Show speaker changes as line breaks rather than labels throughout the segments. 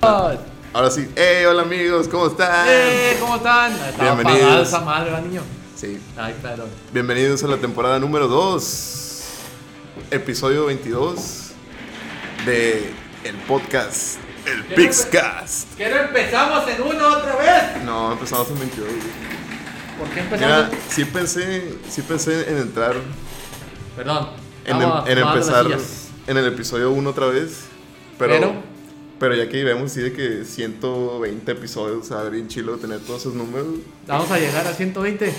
Ahora sí, hey, hola amigos, ¿cómo están?
¡Eh! ¿Cómo están? Estaba
Bienvenidos.
apagada esa madre, ¿verdad, niño?
Sí,
Ay, perdón.
bienvenidos a la temporada número 2, episodio 22 de el podcast, el Pixcast.
¿Que no empezamos en uno otra vez?
No, empezamos en 22. güey.
¿Por qué
Mira,
empezamos? en-
sí pensé, sí pensé en entrar,
Perdón.
en,
Estamos
en
acomodando
empezar
las sillas.
en el episodio 1 otra vez, pero...
Pero-
pero ya que vemos, sí, de que 120 episodios, a ver, bien chilo tener todos esos números.
Vamos a llegar a 120.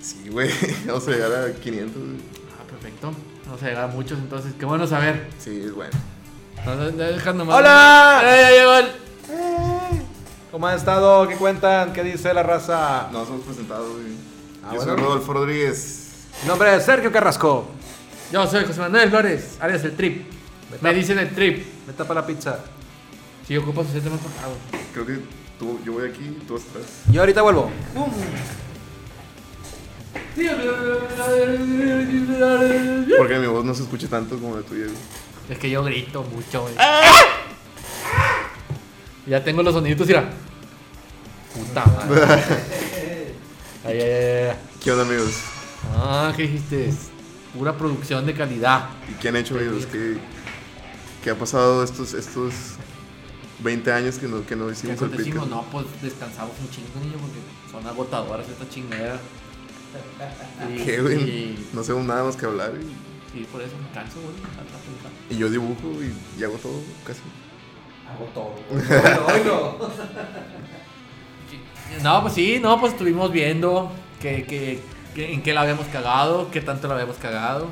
Sí, güey, vamos a llegar a 500. güey.
Ah, perfecto. Vamos a llegar a muchos, entonces. Qué bueno saber.
Sí, es bueno.
Entonces, ya dejando más.
¡Hola!
¡Eh, ya llegó el-
¿Cómo han estado? ¿Qué cuentan? ¿Qué dice la raza?
Nos hemos presentado, güey.
Ah,
Yo
bueno.
soy Rodolfo Rodríguez.
Mi nombre es Sergio Carrasco.
Yo soy José Manuel Flores, alias El Trip. Me dicen El Trip.
Me tapa la pizza.
Si ocupas su más bajado.
Creo que tú, yo voy aquí y tú estás.
Yo ahorita vuelvo.
Porque mi voz no se escucha tanto como la tuya, güey.
Es que yo grito mucho, güey. Ya tengo los soniditos, mira. Puta madre. Ay, ay, ay, ay.
¿Qué onda, amigos?
Ah, ¿qué dijiste? Pura producción de calidad.
¿Y qué han hecho, amigos? ¿Qué, qué ha pasado estos, estos 20 años que no, que no
¿Qué
hicimos el
acontecimos?
podcast?
No, pues descansamos un chingo, niño, porque son agotadoras estas chingaderas. Y-
¿Qué, güey?
Y,
No hacemos nada más que hablar. güey.
y por eso me canso, güey. me cansa, me cansa.
Y yo dibujo y, y hago todo, casi.
Hago todo. Oigo.
No, pues sí, no, pues estuvimos viendo que, que- que- en qué la habíamos cagado, qué tanto la habíamos cagado.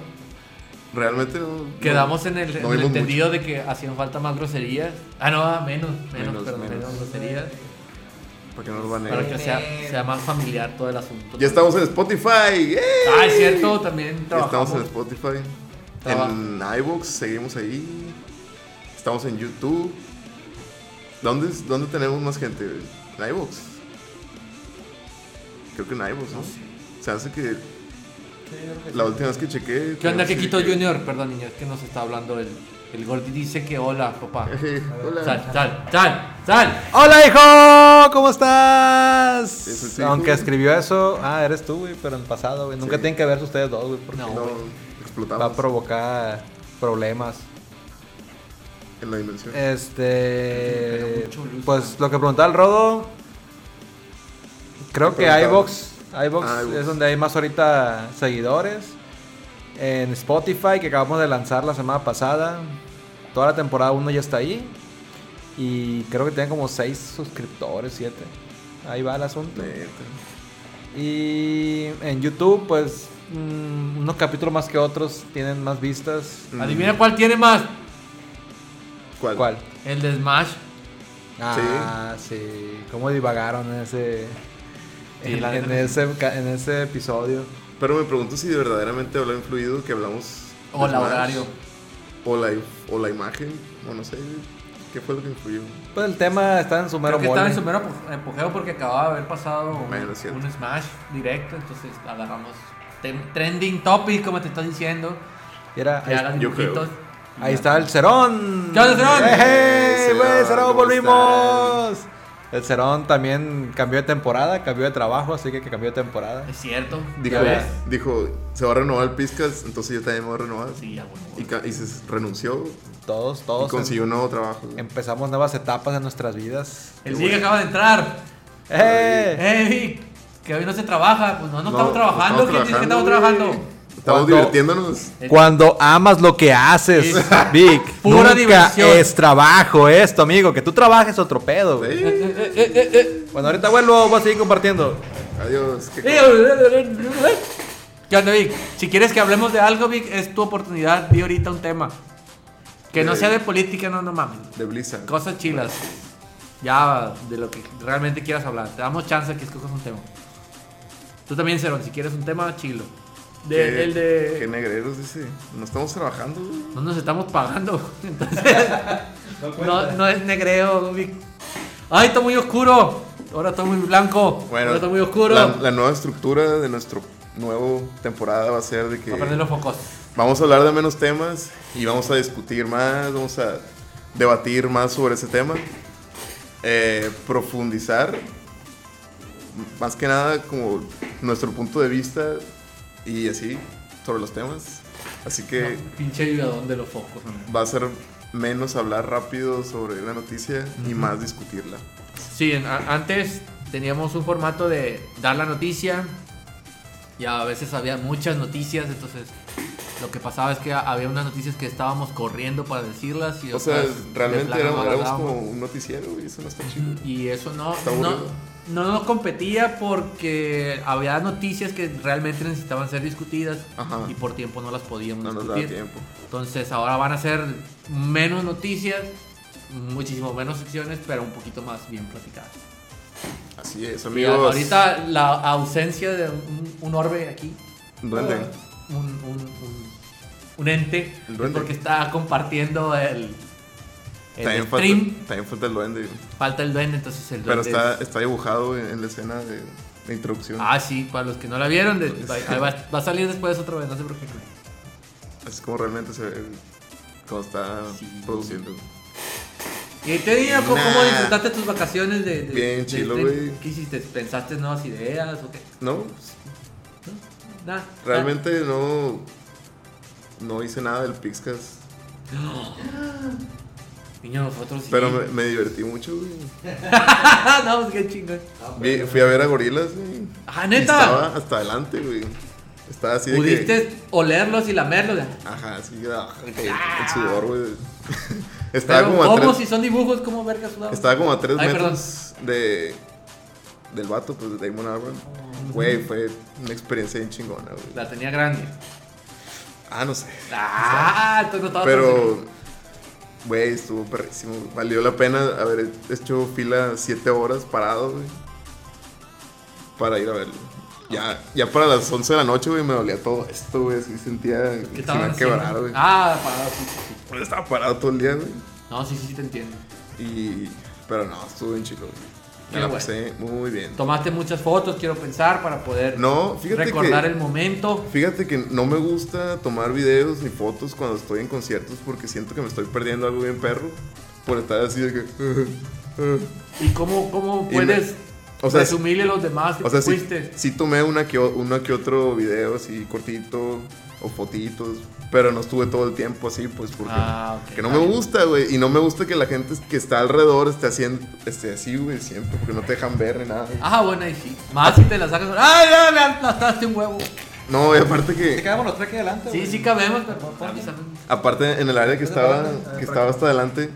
Realmente no. no-
Quedamos en el,
no
en
vimos
el
mucho.
entendido de que hacían falta más groserías. Ah, no, ah, menos, menos,
Menos,
perdón,
menos.
menos groserías.
Para que no nos van
Para que
a
sea, sea más familiar todo el asunto.
Ya estamos en Spotify. ¡eh!
Ah, es cierto, también
Ya
trabajamos.
Estamos en Spotify, en iVoox, seguimos ahí. Estamos en YouTube. ¿Dónde, es- dónde tenemos más gente? En iVoox. Creo que en iVoox, ¿no? Se hace que la última vez que chequé.
¿Qué onda,
tenemos
que
así
quito
de que-
Junior? Perdón, niña, es que nos está hablando el, el Gordi. Dice que hola, papá.
Eje,
Sal,
Hola.
sal, sal, sal.
Hola, hijo. ¿Cómo estás?
Es el hijo,
Aunque
güey.
escribió eso. Ah, eres tú, güey, pero en pasado, güey. Nunca
Sí.
tienen que verse ustedes dos, güey, porque
No,
No,
güey.
va a
explotamos
provocar problemas.
en la dimensión.
Eh. Este.
Pero mucho luz,
Pues lo que preguntaba el Rodo. Creo que
Preguntaba.
iBox, iBox
Ah, iVoox.
es donde hay más ahorita seguidores. En Spotify, que acabamos de lanzar la semana pasada. Toda la temporada 1 ya está ahí. Y creo que tienen como 6 suscriptores, 7. Ahí va el asunto.
Neta.
Y en YouTube, pues mm, unos capítulos más que otros tienen más vistas.
Mm.
Adivina cuál tiene más.
¿Cuál?
¿Cuál?
El de Smash.
Ah, sí. Cómo divagaron en ese.
Sí,
en,
la
en
neta
ese, ca- en ese episodio.
Pero me pregunto si verdaderamente habrá influido que hablamos. de
Hola,
Smash,
horario.
O la, o la imagen. O no sé. ¿Qué fue lo que influyó?
Pues el tema está en su mero
Creo que estaba en su
mole.
mero apo- apogeo porque acababa de haber pasado un,
Bueno, es cierto.
un Smash directo. Entonces agarramos tem- trending topic, como te estás diciendo.
Y era-
Ya hagas
ahí,
yo creo.
dibujitos.
ahí está el Cerón.
¿Qué onda, Cerón?
¡Eh, güey,
Cerón,
Cerón,
¿cómo
volvimos! El Cerón también cambió de temporada, cambió de trabajo, así que, que cambió de temporada.
Es cierto.
Dijo,
¿Ya ves?
dijo, se va a renovar el Pizcas, entonces yo también me voy a renovar.
Sí, ya, bueno.
Y, ca- y se renunció
Todos,
y
todos. em,
consiguió un nuevo trabajo.
em-,
güey.
Empezamos nuevas etapas en nuestras vidas.
El día
Qué
que
bueno.
acaba de entrar.
¡Eh!
¡Ey! Que hoy no se trabaja. Pues no, no, estamos trabajando. ¿Quién dice que estamos
güey.
trabajando?
Estamos
Cuando-
divirtiéndonos.
Cuando amas lo que haces, Vic,
Pura
nunca
diversión.
es trabajo esto, amigo. Que tú trabajes otro pedo, güey.
Sí.
Eh, eh, eh, eh, eh.
Bueno, ahorita vuelvo, voy a seguir compartiendo.
Adiós. qué
Eh,
co-
eh, eh, eh. ¿Qué onda, Vic? Si quieres que hablemos de algo, Vic, es tu oportunidad. Di ahorita un tema. Que no
Eh.
sea de política, no, no mames.
De Blizzard.
Cosas chilas. Ya de lo que realmente quieras hablar. Te damos chance que escojas un tema. Tú también, Cerón, si quieres un tema, chilo. De-
Qué-
el
Qué
de.
negreros dice. No estamos trabajando. güey.
No nos estamos pagando. Entonces. no, no es negreo, Vic. Ay, está muy oscuro. Ahora está muy blanco. Ahora está muy oscuro.
La, la nueva estructura de nuestro nuevo temporada va a ser de que
Va a perder los focos.
vamos a hablar de menos temas y vamos a discutir más, vamos a debatir más sobre ese tema. eh, profundizar más que nada como nuestro punto de vista y así sobre los temas. Así que
No, pinche ayudadón de los focos.
va a ser menos hablar rápido sobre una noticia y más discutirla.
Sí, en- a- antes teníamos un formato de dar la noticia y a veces había muchas noticias, entonces lo que pasaba es que a- había unas noticias que estábamos corriendo para decirlas y
O sea,
otras de
realmente
plano no
éramos,
las
éramos
dábamos.
como un noticiero y eso no está chido.
Y eso no,
Está
no,
aburrido.
no nos competía porque había noticias que realmente necesitaban ser discutidas
Ajá.
y por tiempo no las podíamos
No nos da
discutir.
tiempo.
Entonces ahora van a ser menos noticias, muchísimo menos secciones, pero un poquito más bien platicadas.
Así es,
Y
amigos.
ahorita la ausencia de un, un orbe aquí,
Duende.
un, un, un- un ente,
El duende.
porque está compartiendo el, el
También falta,
stream.
también falta el duende.
Falta el duende, entonces el
Pero
duende.
está,
es-
está dibujado en, en la escena de, de introducción.
Ah, sí, para los que no la vieron, de- va, va- va a salir después otra vez, no sé por qué.
Es como realmente se ve cómo está
Sí.
produciendo.
¿Y te digo cómo
Nah.
disfrutaste tus vacaciones de, de-
Bien
de
chilo,
stream?
güey.
¿Qué hiciste? ¿Pensaste en nuevas ideas o qué?
No,
Nada. Ah.
realmente no. No hice nada del Pixcast.
Niño, nosotros sí.
Pero me, me divertí mucho, güey.
no, pues qué chingón.
Vi- fui a ver a gorilas, güey.
Ah,
Y
neta.
Estaba hasta adelante, güey. Estaba así de que-
Pudiste olerlos y lamerlos. ya.
Ajá, así, ah, que el sudor, güey. estaba,
Pero
como a
¿cómo
tres,
si son dibujos? ¿Cómo verga sudaban?
estaba como a tres
Ay,
metros de, del vato, pues, de Damon Albarn. Güey, fue una experiencia bien chingona, güey.
Oh. La tenía grande.
Ah, no sé.
Ah, entonces no estaba tan seguro.
Pero, güey, estuvo perrísimo. güey. Valió la pena haber hecho fila siete horas parado, güey. Para ir a verlo. Ya, ya para las 11 de la noche, güey, me dolía todo esto, güey. Así sentía
¿Qué
que se me
estaban
iba a
haciendo?
quebrar, güey.
Ah, parado, sí, sí, sí.
Pues Estaba parado todo el día, güey.
No, sí, sí, sí, te entiendo.
Y, pero no, estuvo bien chido, güey.
Qué
Me la
bueno.
pasé muy bien.
Tomaste muchas fotos, quiero pensar, para poder
No, fíjate
recordar
que...
el momento.
Fíjate que no me gusta tomar videos ni fotos cuando estoy en conciertos porque siento que me estoy perdiendo algo bien perro por estar así de uh. que...
¿Y cómo, cómo
Y me-
puedes
o sea,
resumirle a los demás que
O sea, sí,
fuiste?
sí tomé una que, o- uno que otro video así cortito o fotitos, pero no estuve todo el tiempo así, pues porque
Ah, ok.
que no me gusta, güey. Y no me gusta que la gente que está alrededor esté haciendo esté así, güey, siempre, porque no te dejan ver ni nada.
Ah, bueno, ahí sí. Más si te la sacas. ¡Ay, ya me aplastaste un huevo!
No, y aparte
Te
que,
quedamos los tres aquí adelante.
Sí,
güey.
sí cabemos, pero
Por favor.
avísame.
aparte en el área que
Pues,
estaba,
Espérate, espérate.
que estaba hasta adelante,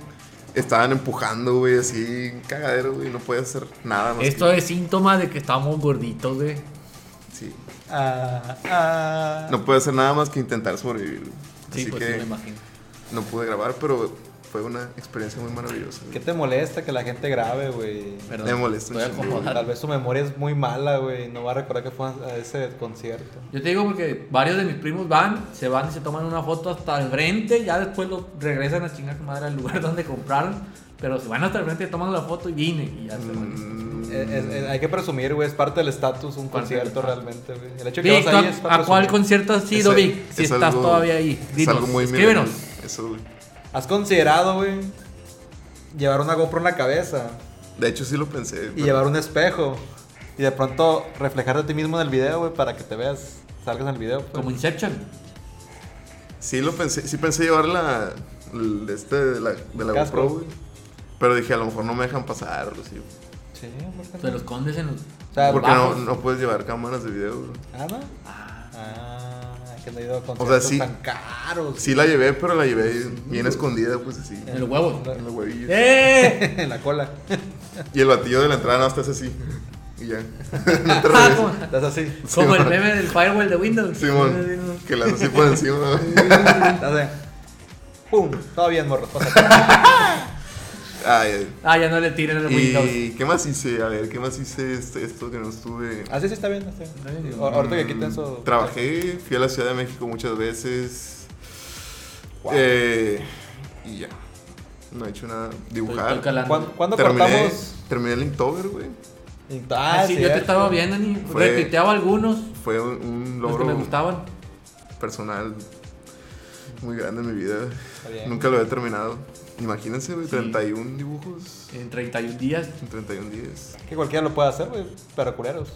estaban empujando, güey, así, un cagadero, güey, no puede hacer nada más. que-
Esto es síntoma de que estamos gorditos, güey.
sí.
Ah, ah.
No puede hacer nada más que intentar sobrevivir. güey.
Sí,
Así
pues sí, me
que
imagino.
no pude grabar, pero fue una experiencia muy maravillosa. güey.
¿Qué te molesta que la gente grabe, güey?
Perdón,
Me molesta un
estoy
chingo,
acomodado.
Tal vez su memoria es muy mala, güey. No va a recordar que fue a ese concierto.
Yo te digo porque varios de mis primos van, se van y se toman una foto hasta el frente, ya después lo regresan a chingar su madre al lugar donde compraron, pero se van hasta el frente, toman la foto y vienen y ya se van.
Mm,
Eh, eh, eh, hay que presumir, güey. Es parte del estatus un
Parte del
concierto
estatus.
realmente, güey. El hecho de que
Vic,
vas ahí es
¿tú ¿a,
para
a cuál
presumir.
concierto has ido,
es-
Vic? Si
es
estás
algo-
todavía ahí,
es
dinos,
algo muy
escríbenos.
millennial, Eso, güey.
¿Has considerado, güey, llevar una GoPro en la cabeza
De hecho, sí lo pensé.
y
pero-
llevar un espejo y de pronto reflejarte a ti mismo en el video, güey, para que te veas, salgas en el video? pues.
Como Inception.
Sí lo pensé, sí pensé llevar la, el este de la, de la
Casco.
GoPro, güey. Pero dije, a lo mejor no me dejan pasar, o sí.
Sí, ¿por qué no?
Te los escondes en los.
sea,
Porque no,
bajos.
no puedes llevar cámaras de video, güey.
¿Ah, no?
Ah,
Ah, que no he ido a conciertos
sí-
tan caros.
Sí la llevé, pero la llevé bien escondida, pues así.
en los huevos.
En los huevillos.
¡Eh!
en la cola.
Y el batillo de la entrada no estás así. Y ya. no te
Ah,
regresas.
como,
Estás así.
como el
Simón.
meme del firewall de Windows.
Simón, que la haces así por encima. güey.
Estás así. ¡Pum! Todo bien, morro. pásate.
Ay,
Ah, ya no le tiren el Windows.
ay. ¿Y qué más hice? A ver, ¿qué más hice este- esto que no estuve?
Ah,
Así sí está bien. Así. O- Ahorita que quiten eso.
Trabajé, fui a la Ciudad de México muchas veces.
Wow.
Eh, y ya. No he hecho nada. Dibujar.
Estoy calando.
¿Cuándo, cuándo
terminé,
cortamos?
terminé el Inktober, güey.
Ah,
Ah, sí, yo te
cierto.
estaba viendo y
Fue-
retuiteaba algunos.
Fue un, un
Los que
logro
me gustaban.
personal muy grande en mi vida.
Está bien.
Nunca lo he terminado. Imagínense, güey,
Sí.
31 dibujos.
En 31 días.
En 31 días.
Que cualquiera lo puede hacer, güey, pero culeros.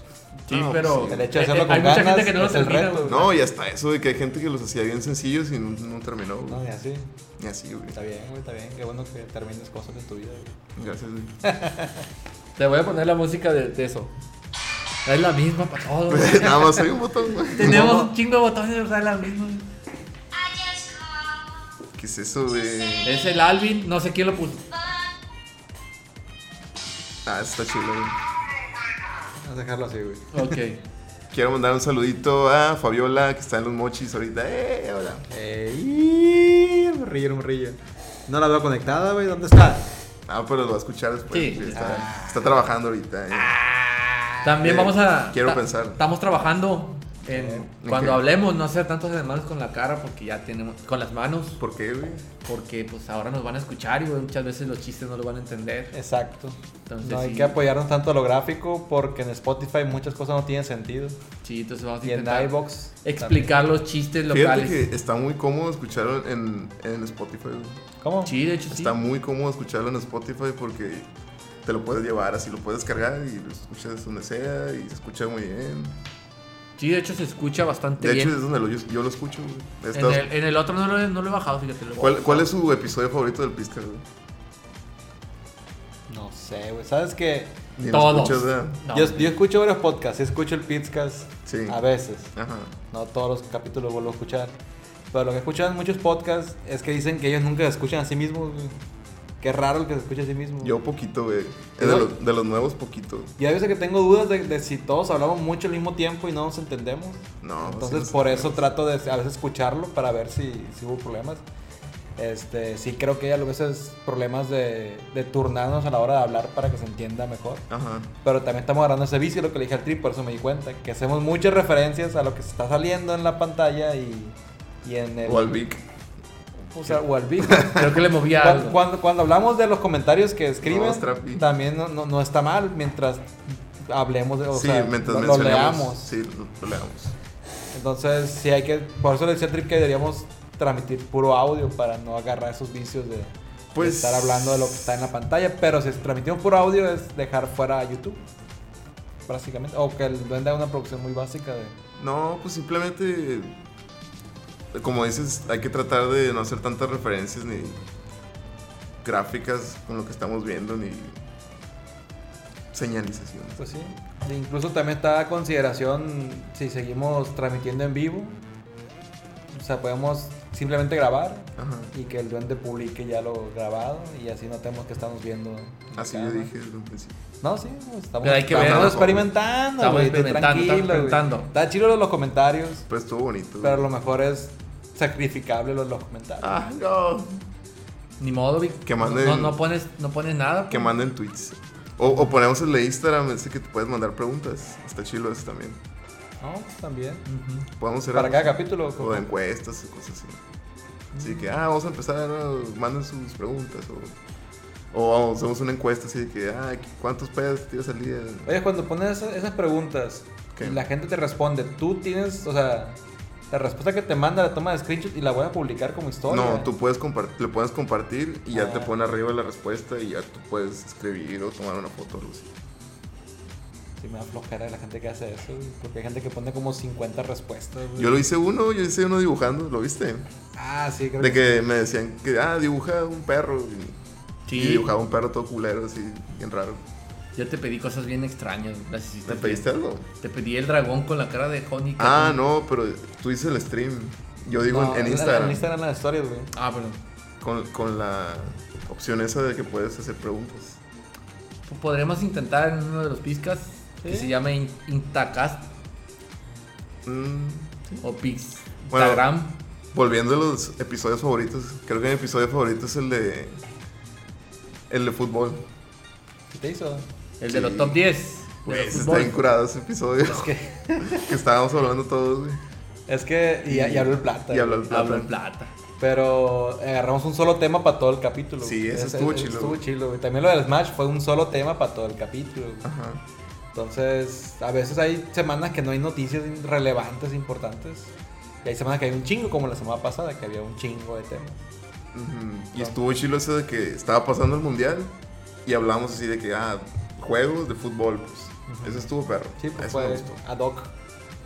Sí,
No,
pero.
pues,
El hecho
eh,
de hacerlo
eh,
con
hay mucha
ganas
gente que no lo
es el
termina,
reto.
güey.
No, y hasta eso, de que hay gente que los hacía bien sencillos y no, no terminó, güey.
No, y así.
Ni así, güey.
Está bien, güey, está bien. Qué bueno que termines cosas en tu vida, güey.
Gracias, güey.
Te voy a poner la música de, de eso. Es la misma para todos. güey.
Nada más hay un botón, güey.
Tenemos
No, no.
un chingo de botones, o sea, es la misma.
¿Qué es eso, güey?
Es el Alvin, no sé quién lo puso.
Ah, está chulo, güey.
Vamos a dejarlo así, güey.
Ok.
Quiero mandar un saludito a Fabiola, que está en los mochis ahorita. ¡Eh, hola!
Eh, y- morrillo, morrillo. No la veo conectada, güey. ¿Dónde está?
Ah, pero lo va a escuchar después.
Sí. Ah.
güey, Está, está trabajando ahorita. eh.
También
Eh,
vamos a.
quiero
ta-
pensar.
Estamos trabajando
Eh,
en.
Ok.
Cuando hablemos, no hacer tantos ademanes con la cara, porque ya tenemos. Con las manos.
¿Por qué, güey?
Porque pues ahora nos van a escuchar y güey, muchas veces los chistes no los van a entender.
Exacto.
Entonces,
no hay
sí.
que apoyarnos tanto a lo gráfico porque en Spotify muchas cosas no tienen sentido.
Sí, entonces vamos a
Y en
intentar
iVox.
explicar los chistes
Fíjate
locales.
que está muy cómodo escucharlo en, en Spotify. güey.
también. ¿Cómo?
Sí, de hecho sí.
Está muy cómodo escucharlo en Spotify porque te lo puedes llevar así, lo puedes cargar y lo escuchas donde sea y se escucha muy bien.
Sí, de hecho se escucha bastante
De
bien.
hecho, es donde lo- yo, yo lo escucho. güey. He
en,
estado-
el, en el otro no lo, he- no lo he bajado, fíjate. lo-
¿Cuál, cuál es su episodio favorito del Piscar? güey?
No sé, güey. ¿Sabes qué?
Ni lo
Todos.
escuchas, ¿verdad?
No,
yo, yo escucho varios podcasts. Escucho el Pizcast
Sí.
a veces.
Ajá.
No todos los capítulos vuelvo a escuchar. Pero lo que escuchan en muchos podcasts es que dicen que ellos nunca se escuchan a sí mismos. güey. Qué raro el que se escucha a sí mismo.
Yo poquito, güey. Es de,
Igual-
los, de los nuevos, poquito.
Y a veces que tengo dudas de, de si todos hablamos mucho al mismo tiempo y no nos entendemos.
No, sí
Entonces
nos
por eso trato de a veces escucharlo para ver si, si hubo problemas. Este, sí creo que hay a veces problemas de, de turnarnos a la hora de hablar para que se entienda mejor.
Ajá.
Pero también estamos agarrando ese vicio, lo que le dije al trip, por eso me di cuenta. Que hacemos muchas referencias a lo que se está saliendo en la pantalla y, y en el...
O al Vic.
O sea, o al Vic.
Creo que le movía
cuando,
algo.
cuando, cuando hablamos de los comentarios que escriben,
No, Strapi.
también no, no, no está mal mientras hablemos de... O
sí,
sea,
mientras
lo- lo,
mencionamos.
leamos.
Sí, lo, lo leamos.
Entonces, sí hay que... Por eso le decía al trip que deberíamos transmitir puro audio para no agarrar esos vicios de... de
Pues-
estar hablando de lo que está en la pantalla, pero si transmitimos puro audio es dejar fuera a YouTube, básicamente, o que el duende haga una producción muy básica de,
No, pues simplemente. Como dices, hay que tratar de no hacer tantas referencias ni gráficas con lo que estamos viendo ni señalizaciones.
Pues sí. E Incluso también está a consideración si seguimos transmitiendo en vivo. O sea, podemos simplemente grabar
Ajá.
y que el duende publique ya lo grabado y así no tenemos que estamos viendo. en la
Así yo
cama.
dije desde un principio.
No, sí, pues, estamos,
Pero hay que
estamos
verlo,
experimentando.
Estamos
güey,
experimentando,
tranquilo,
estamos
güey.
experimentando.
Está chido los comentarios,
Pero estuvo bonito.
pero a lo mejor es sacrificable los, los comentarios.
Ah, no.
Ni modo, Vic.
Que manden-
No, no pones, no pones nada. pues.
Que manden tweets. O, o ponemos el de Instagram, ese que te puedes mandar preguntas. Está chido eso también. Ah.
No, pues también.
Ujú.
Podemos hacer
Para
algo
cada capítulo.
O de encuestas o cosas así. Así que, ah, vamos a empezar, ¿no? manden sus preguntas. O, o vamos, hacemos una encuesta así de que, ah, ¿cuántos pedos tiras al día?
Oye, cuando pones esas, esas preguntas
¿Qué?
y la gente te responde, tú tienes, o sea, la respuesta que te manda la toma de screenshot y la voy a publicar como historia.
No, tú puedes compartir, le puedes compartir y ya te
¿eh? Ah.
ponen arriba la respuesta y ya tú puedes escribir o tomar una foto o algo así.
Sí, me da flojera la gente que hace eso, güey, porque hay gente que pone como 50 respuestas. güey.
Yo lo hice uno, yo hice uno dibujando, ¿lo viste?
Ah, sí, creo
De
que.
que me decían que, ah, dibuja un perro. Y, y
Sí.
dibujaba un perro todo culero, así, bien raro.
Yo te pedí cosas bien extrañas. Las hiciste
¿Me pediste
bien.
algo?
Te pedí el dragón con la cara de Honey.
Ah,
Cat.
no, pero tú dices el stream. Yo digo
No,
en- en
la-
Instagram.
En Instagram las historias, güey.
Ah, perdón.
con, con la opción esa de que puedes hacer preguntas.
Pues Podremos intentar en uno de los piscas que
Sí.
se llama In- Intacast
Mm,
o Pix.
Bueno.
Instagram.
Volviendo a los episodios favoritos, creo que mi episodio favorito es el de. El de fútbol.
¿Qué te hizo?
el
sí.
de los top 10.
Güey,
de los
ese está
fútbol.
bien curado ese episodio.
Es que.
que estábamos hablando todos, güey.
Es que. Y, y habló el plata.
Y
güey.
habló el plata.
Hablo en plata.
Pero agarramos un solo tema para todo el capítulo.
Sí,
güey.
eso
Es-
estuvo
es-
chilo,
Estuvo
güey.
chilo, güey. También lo del Smash fue un solo tema para todo el capítulo, güey.
Ajá.
Entonces, a veces hay semanas que no hay noticias relevantes, importantes. Y hay semanas que hay un chingo, como la semana pasada, que había un chingo de temas.
Ujú. Y estuvo chilo ese de que estaba pasando el mundial y hablamos así de que, ah, juegos de fútbol, pues. Eso estuvo perro.
Sí, pues
Eso me
fue
gustó.
ad hoc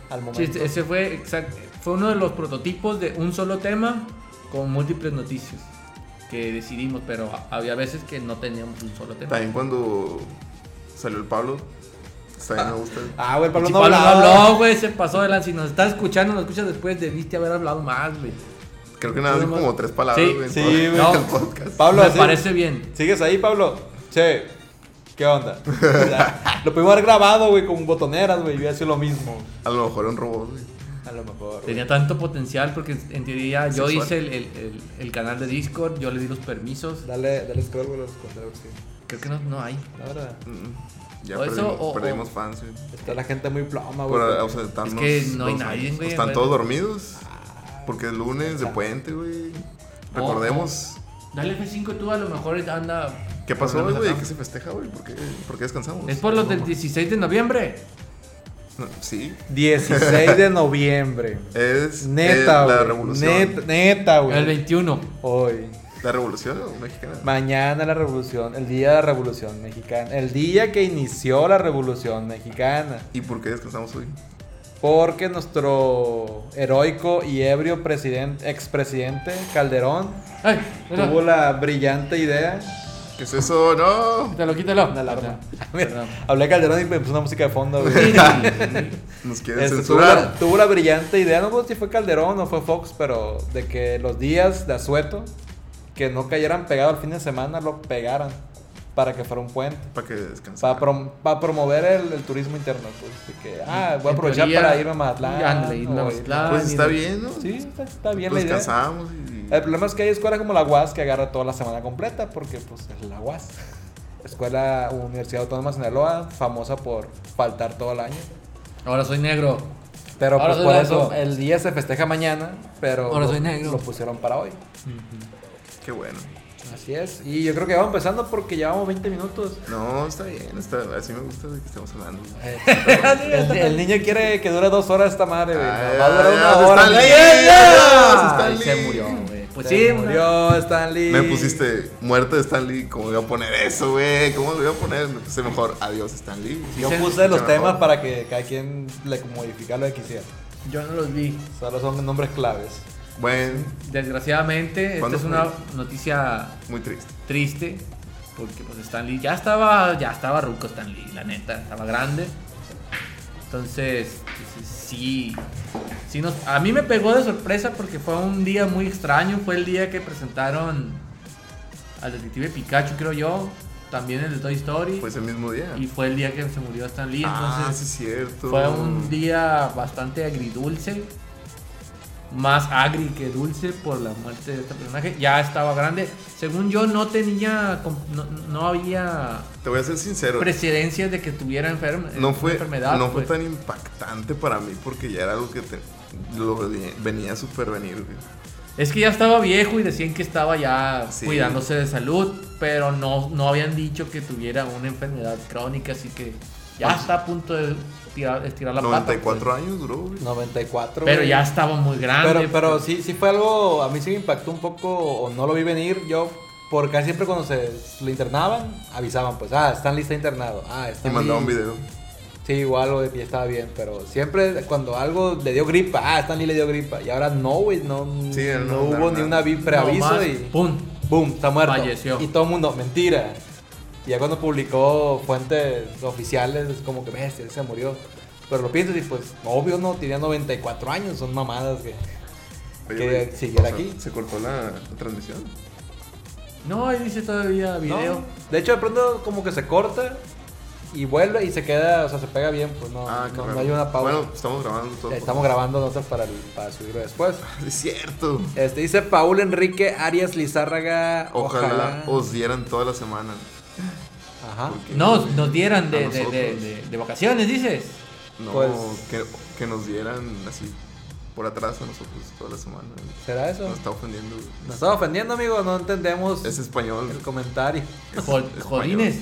al
Sí,
momento.
este- ese fue exact- fue uno de los prototipos de un solo tema con múltiples noticias que decidimos, pero a- había veces que no teníamos un solo tema.
También cuando salió el Pablo, también me gusta.
Ah, güey, el Pablo
Sí,
no
Pablo no
hablaba.
habló, güey, se pasó de lanza. Si nos estás escuchando, nos escuchas después, debiste haber hablado más, güey.
Creo que nada, más
Nada más.
como tres palabras
Sí,
güey,
sí,
en
güey.
todo el podcast.
Pablo,
Me
así-
parece bien.
¿Sigues ahí, Pablo? Sí. ¿Qué onda? O sea, lo pudimos haber grabado, güey, con botoneras, güey. Yo iba a decir lo mismo.
A lo mejor un robot, güey.
A lo mejor. güey.
Tenía tanto potencial porque en teoría yo
Sexual.
hice el, el- el- el canal de Discord, yo le di los permisos.
Dale, dale scroll, güey, los contrarios, sí.
Creo que no, no hay.
La verdad.
Mm, Ya
O eso,
perdimos,
o-
perdimos fans, güey.
Está la gente muy ploma,
Por
güey.
ausentarnos.
Es que no hay
dos
nadie,
años.
güey,
Están
güey.
todos dormidos. Porque es lunes de puente, güey. Recordemos.
Dale F5 tú, a lo mejor anda.
¿Qué pasó,
problemas
güey?
acá.
¿Qué se festeja, güey? ¿Por qué, por qué descansamos?
Es por los del 16 de noviembre.
No, sí.
16 de noviembre.
Es es
Neta,
Eh, la
güey.
revolución.
Neta, neta, güey.
El 21.
Hoy.
La revolución mexicana.
Mañana la revolución, el día de la revolución mexicana. El día que inició la revolución mexicana.
¿Y por qué descansamos hoy?
Porque nuestro heroico y ebrio presidente, expresidente Calderón
Ay, mira,
tuvo la brillante idea.
¿Qué es eso? ¡No!
quítalo, quítalo.
Una alarma.
Perdón.
Hablé de Calderón y me puso una música de fondo. güey.
Sí,
Nos quieren
Este, tuvo, la,
censurar.
tuvo la brillante idea, no sé si fue Calderón o fue Fox, pero de que los días de asueto que no cayeran pegado al fin de semana, lo pegaran para que fuera un puente.
Para que
Para
descansemos.
promover el, el turismo interno, pues. de que, ah, voy a
En
aprovechar
teoría,
para irme a Mazatlán.
y ándale, irme a
o ir-
Mazatlán.
pues
Ah,
está
mira.
bien, ¿no?
Sí, está, está bien la
Nos
idea.
descansamos y...
El problema es que hay escuelas como la UAS que agarra toda la semana completa, porque pues es la UAS. Escuela Universidad Autónoma de Sinaloa, famosa por faltar todo el año.
Ahora soy negro.
Pero
Ahora
pues,
soy
por
blanco.
eso el día se festeja mañana, pero
Ahora
lo,
soy negro.
lo pusieron para hoy.
Qué bueno.
Así es. Y yo creo que vamos empezando porque llevamos 20 minutos.
No, está bien. está- Así me gusta de que estemos hablando.
Eh, El, el niño quiere que dure dos horas esta madre, güey.
Ay,
Va a durar
ay,
una
ay,
hora.
Stan
güey.
Lee, ay, Stan
Ay, se
Lee.
murió, güey. Pues
Se
sí, una-
murió Stanley.
Me pusiste muerte de Stan Lee. ¿Cómo voy a poner eso, güey? ¿Cómo lo voy a poner? Me puse mejor adiós, Stan Lee.
Yo
Sí, se-
puse los
se
temas
mejor.
para que cada quien le modificara lo que quisiera.
Yo no los vi.
Solo son nombres claves.
Bueno,
Desgraciadamente, esta
¿Cuándo
es
fue?
una noticia
muy triste.
triste porque pues Stan Lee ya estaba ya estaba ruco Stan Lee, la neta, estaba grande. Entonces, pues, sí sí nos a mí me pegó de sorpresa porque fue un día muy extraño, fue el día que presentaron al detective Pikachu, creo yo, también el de Toy Story
Fue ese mismo día.
y fue el día que se murió Stan Lee,
ah,
entonces
sí, es cierto.
fue un día bastante agridulce. Más agri que dulce por la muerte de este personaje. Ya estaba grande. Según yo, no tenía. com- No, no había
Te voy a ser sincero.
precedencias de que tuviera enferma,
no fue,
enfermedad.
no fue
pues.
tan impactante para mí porque ya era algo que te- lo ve- venía a supervenir. güey.
Es que ya estaba viejo y decían que estaba ya
Sí.
cuidándose de salud. Pero no, no habían dicho que tuviera una enfermedad crónica. Así que ya
Ah.
está a punto de tirar- estirar la pata.
94
pues.
años duró. güey.
94.
Pero
güey.
ya estaba muy grande.
Pero, pero sí, sí fue algo, a mí sí me impactó un poco, o no lo vi venir, yo, porque casi siempre cuando se lo internaban, avisaban, pues, ah, Stanley está internado, ah,
Y
Stanley...
mandaba un video.
Sí, igual algo de- ya estaba bien, pero siempre cuando algo le dio gripa, ah, Stanley le dio gripa, y ahora no, güey, no,
Sí,
no,
no,
hubo
no,
ni
no.
una vi- preaviso
Nomás,
y...
¡Pum!
¡Boom! Está muerto.
Falleció.
Y todo el mundo, mentira. Y ya cuando publicó fuentes oficiales, es como que, bestia, se murió. Pero lo piensas y pues, obvio no, tenía 94 años, son mamadas que...
Oye,
Que
güey,
siguiera
o sea,
aquí.
Se cortó la transmisión.
No, ahí dice todavía video.
No, De hecho, de pronto como que se corta y vuelve y se queda, o sea, se pega bien, pues no,
ah, qué
no, no
raro.
hay una pausa. Eh,
Bueno, pues, estamos grabando todo.
Estamos grabando notas para, el- para subirlo después.
grabando. Es cierto.
Este, dice Paul Enrique Arias Lizárraga.
Ojalá, os dieran toda la semana.
Ajá.
Porque-
Nos, nos dieran de,
A
de- de-
nosotros.
de- de vacaciones, dices.
No,
Pues-
que, que nos dieran así por atrás a nosotros toda la semana.
¿Será eso?
Nos está ofendiendo. güey.
Nos estaba ofendiendo, amigo. No entendemos
Es español.
el comentario.
Jod-
español.
Jodines.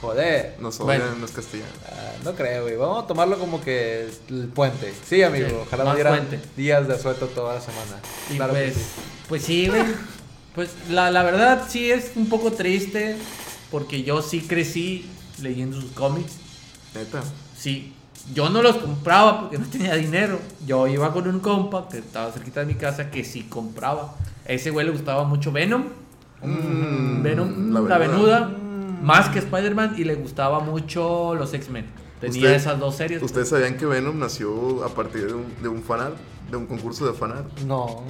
Joder.
Nos
Bueno.
odian los castellanos.
Ah, no creo, güey. Vamos a tomarlo como que el puente. Sí, amigo.
Sí,
Ojalá
más
nos dieran
puente.
días de asueto toda la semana.
Y
Claro que
pues,
sí.
pues sí, güey. Pues la, la verdad sí es un poco triste. Porque yo sí crecí leyendo sus cómics.
Neta.
Sí, yo no los compraba porque no tenía dinero. Yo iba con un compa que estaba cerquita de mi casa que sí compraba. A ese güey le gustaba mucho Venom.
Mm,
Venom,
la
la,
venuda.
venuda.
Mm.
Más que Spider-Man y le gustaba mucho los X-Men. Tenía
Usted-
esas dos series.
¿Ustedes sabían que Venom nació a partir de un, de un fanart? De un concurso de fanart.
No.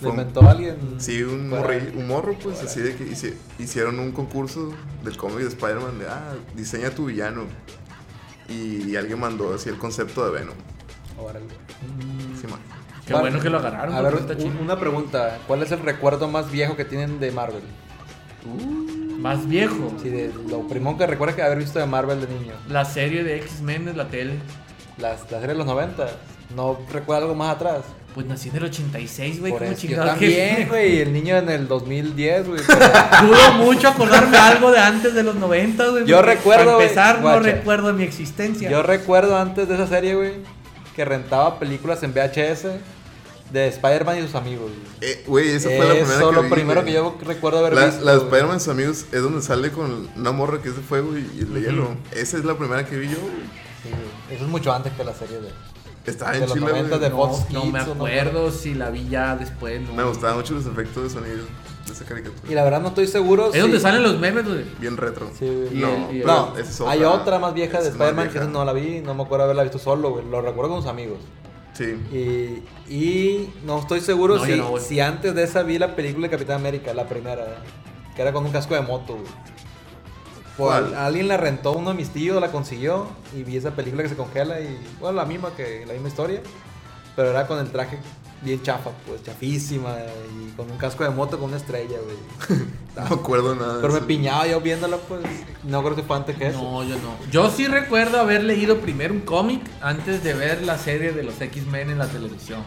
Fue
¿Lo
un-
inventó alguien?
Sí, un,
Fuera.
morri- un morro, pues, así de que hice- hicieron un concurso del cómic de Spider-Man de, ah, diseña tu villano. Y alguien mandó así el concepto de Venom.
Órale.
Sí, man.
Qué
Vale.
bueno que lo agarraron.
A ver,
porque está
un-
chido.
una pregunta. ¿Cuál es el recuerdo más viejo que tienen de Marvel?
Más viejo.
Sí, de lo primero que recuerdas que haber visto de Marvel de niño.
La serie de X-Men en la tele.
Las, las series de los 90. ¿No recuerda algo más atrás?
Pues nací en el 86, güey.
Por
¿Cómo
eso, yo
chingados que-
también, güey. El niño en el 2010, güey. pero-
Dudo mucho acordarme algo de antes de los 90, güey.
Yo
porque
recuerdo,
Para
güey,
empezar, no
guacha.
recuerdo mi existencia.
Yo recuerdo antes de esa serie, güey, que rentaba películas en VHS de Spider-Man y sus amigos. güey.
Eh, Güey, esa fue la
Eso
primera que
lo
vi,
primero
güey.
que yo recuerdo haber
La,
visto.
la de
güey.
Spider-Man y sus amigos es donde sale con una morra que es de fuego y, y de hielo. Esa es la primera que vi yo. güey.
Sí, güey. eso es mucho antes que la serie de...
Estaba
De
en
los
Chile.
90
güey.
de-
no,
Fox
no
Kids
me
o no me
acuerdo si la vi ya después. No.
Me gustaban mucho los efectos de sonido de esa caricatura.
Y la verdad no estoy seguro
Es
si-
donde salen los memes, güey.
Bien retro.
Sí, güey.
Y
no,
el- y el-
pero
No,
esa es
hay otra más vieja de
Esa es más
Spider-Man que
vieja.
esa no la vi, no me acuerdo haberla visto solo, güey. Lo recuerdo con sus amigos.
Sí.
Y, y no estoy seguro
No, yo
si,
no, güey.
si antes de esa vi la película de Capitán América, la primera, ¿verdad? que era con un casco de moto. güey. Por-
¿Cuál?
alguien la rentó, uno de mis tíos la consiguió y vi esa película que se congela y, bueno, la misma que la misma historia, pero era con el traje bien chafa, pues chafísima y con un casco de moto con una estrella, güey.
No me acuerdo nada. de
Pero me
eso.
piñaba yo viéndola, pues. No creo que fue antes que eso.
No, yo no. Yo sí recuerdo haber leído primero un cómic antes de ver la serie de los X-Men en la televisión.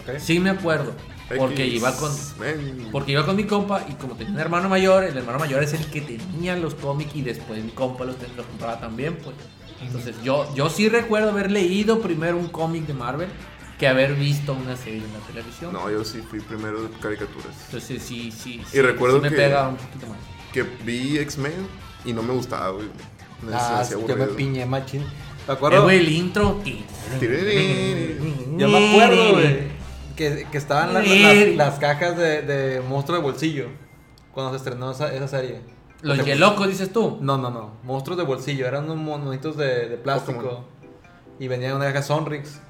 Ok.
Sí me acuerdo. Porque
X,
iba con.
men.
Porque iba con mi compa y como tenía un hermano mayor, el hermano mayor es el que tenía los cómics y después mi compa los, ten- los compraba también, pues. Entonces yo, yo sí recuerdo haber leído primero un cómic de Marvel que haber visto una serie en la televisión.
No, yo sí fui primero de caricaturas.
Entonces sí, sí.
Y recuerdo
me
que-
pega un poquito más.
Que vi X-Men y no me gustaba, güey. Me
Ah,
hacía
yo me
aburrido.
piñé machín. ¿Te
Eh,
acuerdas?
güey, el intro.
Yo me
eh,
acuerdo, güey. Que, que estaban las, las- las cajas de, de Monstruo de Bolsillo. Cuando se estrenó esa, esa serie.
Los
Porque-
Yelocos, dices tú.
No, no, no. Monstruos de Bolsillo. Eran unos monitos de, de plástico.
Pokémon.
Y venían una caja Sonrix.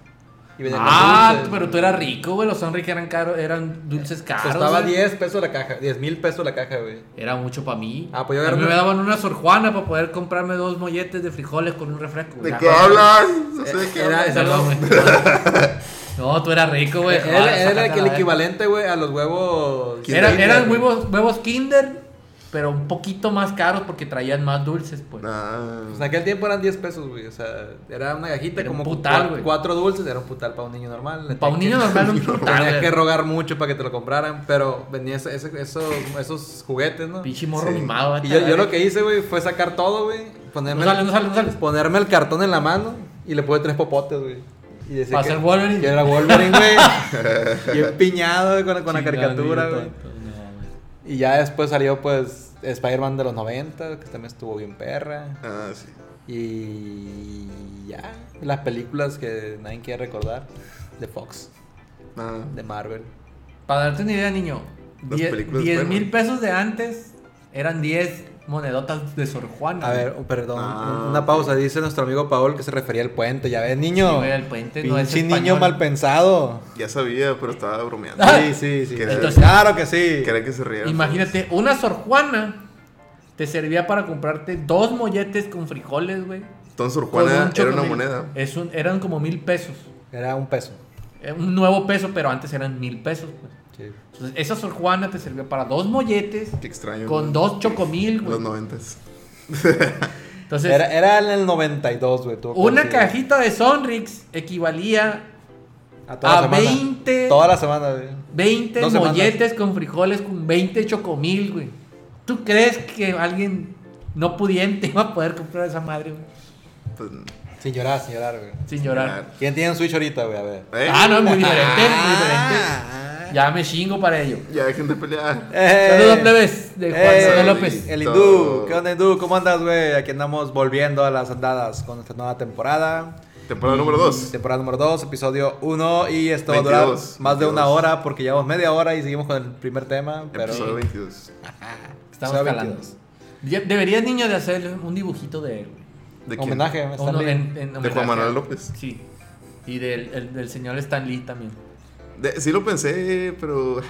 Y venían con
Ah,
dulces.
pero tú eras rico, güey. Los Sonrix eran caros, eran dulces
Pues
caros.
Costaba
güey.
10 pesos la caja. 10 mil pesos la caja, güey.
Era mucho para mí.
Ah, pues yo
a mí
agarré-
me daban una Sor Juana para poder comprarme dos molletes de frijoles con un refresco. güey.
¿De qué
Ah,
hablas? No sé de qué
Era-
hablas.
era-
Perdón, güey. No, tú eras rico, güey.
Era,
Ahora,
era
sácate
el, que- el
la verga.
equivalente, güey, a los huevos.
Era-
Kinder,
eran
güey.
huevos, huevos Kinder, pero un poquito más caros porque traían más dulces, pues.
Ah.
Pues en aquel tiempo eran 10 pesos, güey. O sea, era una cajita
Era un
como
putal,
cua-
güey.
cuatro dulces. Era un putal para un niño normal. Le
Para un
tenía
niño normal, un
que-
putal,
Tenías
güey.
que rogar mucho para que te lo compraran. Pero venía ese- ese- esos, esos juguetes, ¿no? Y
Pinche morro
Sí.
mimado, vete
yo,
a la
yo lo
verga.
que hice, güey, fue sacar todo, güey. Ponerme,
No sales, no sales, no sales.
ponerme el cartón en la mano y le puse tres popotes, güey. Y decir
Para
que,
ser Wolverine.
que era Wolverine, güey. Bien piñado güey, con, con la
Chingado,
caricatura,
niño
güey.
tonto. No, güey.
Y ya después salió, pues, Spider-Man de los 90, que también estuvo bien perra.
Ah, sí.
Y ya, las películas que nadie quiere recordar de Fox,
Ah.
de Marvel.
Para darte una idea, niño,
Las películas
10
fueron.
mil pesos de antes eran 10 monedotas de Sor Juana.
A ver, oh, perdón,
Ah,
una
ok.
pausa. Dice nuestro amigo Paul que se refería al puente. Ya ves,
Sí,
niño.
güey, el puente no es
pinche
español.
niño mal pensado.
Ya sabía, pero estaba bromeando.
Ah.
Sí, sí, sí.
Quería-
Entonces-
claro que sí.
Quería que se riera.
Imagínate, una Sor Juana te servía para comprarte dos molletes con frijoles, güey.
Entonces, Sor
Con
Juana
un
era una
chocomil.
moneda.
Es un, eran como mil pesos.
Era un peso.
Eh, Un nuevo peso, pero antes eran mil pesos. pues.
Sí.
Entonces, esa Sor Juana te servía para dos molletes
Qué extraño.
con
¿no?
dos chocomil,
Los
güey.
noventas.
Entonces,
Era, era en el 92, güey. tuvo que
una
decir.
cajita de Sonrix equivalía
A, toda la
a
semana.
20.
Toda la semana, güey.
20
Dos semanas.
molletes con frijoles con 20 chocomil, güey. ¿Tú crees que alguien no pudiente iba a poder comprar esa madre, güey?
Pues,
Sin llorar, sin llorar, güey.
Sin llorar.
¿Quién tiene un Switch ahorita, güey? A ver.
¿eh?
Ah, no, es muy diferente, muy diferente.
Ah,
Ya me chingo para ello.
Ya dejen de pelear.
Eh,
Saludos, plebes, de Juan
eh,
Manuel López.
El hindú. ¿Qué onda, hindú? ¿Cómo andas, güey? Aquí andamos volviendo a las andadas con nuestra nueva temporada.
Temporada número 2.
Temporada número 2, episodio 1. Y esto va a durar
22,
más de
22.
una hora porque llevamos media hora y seguimos con el primer tema. Pero
Episodio 22.
Estamos
Episodio
calando.
22.
Ya- Deberías, niño, de hacer un dibujito de él. güey.
¿De quién?
Homenaje. a
Uno
Stanley.
en- en
De
homenaje
Juan Manuel
a-
López.
Sí. Y del, el- del señor Stan Lee también.
De- sí lo pensé, pero...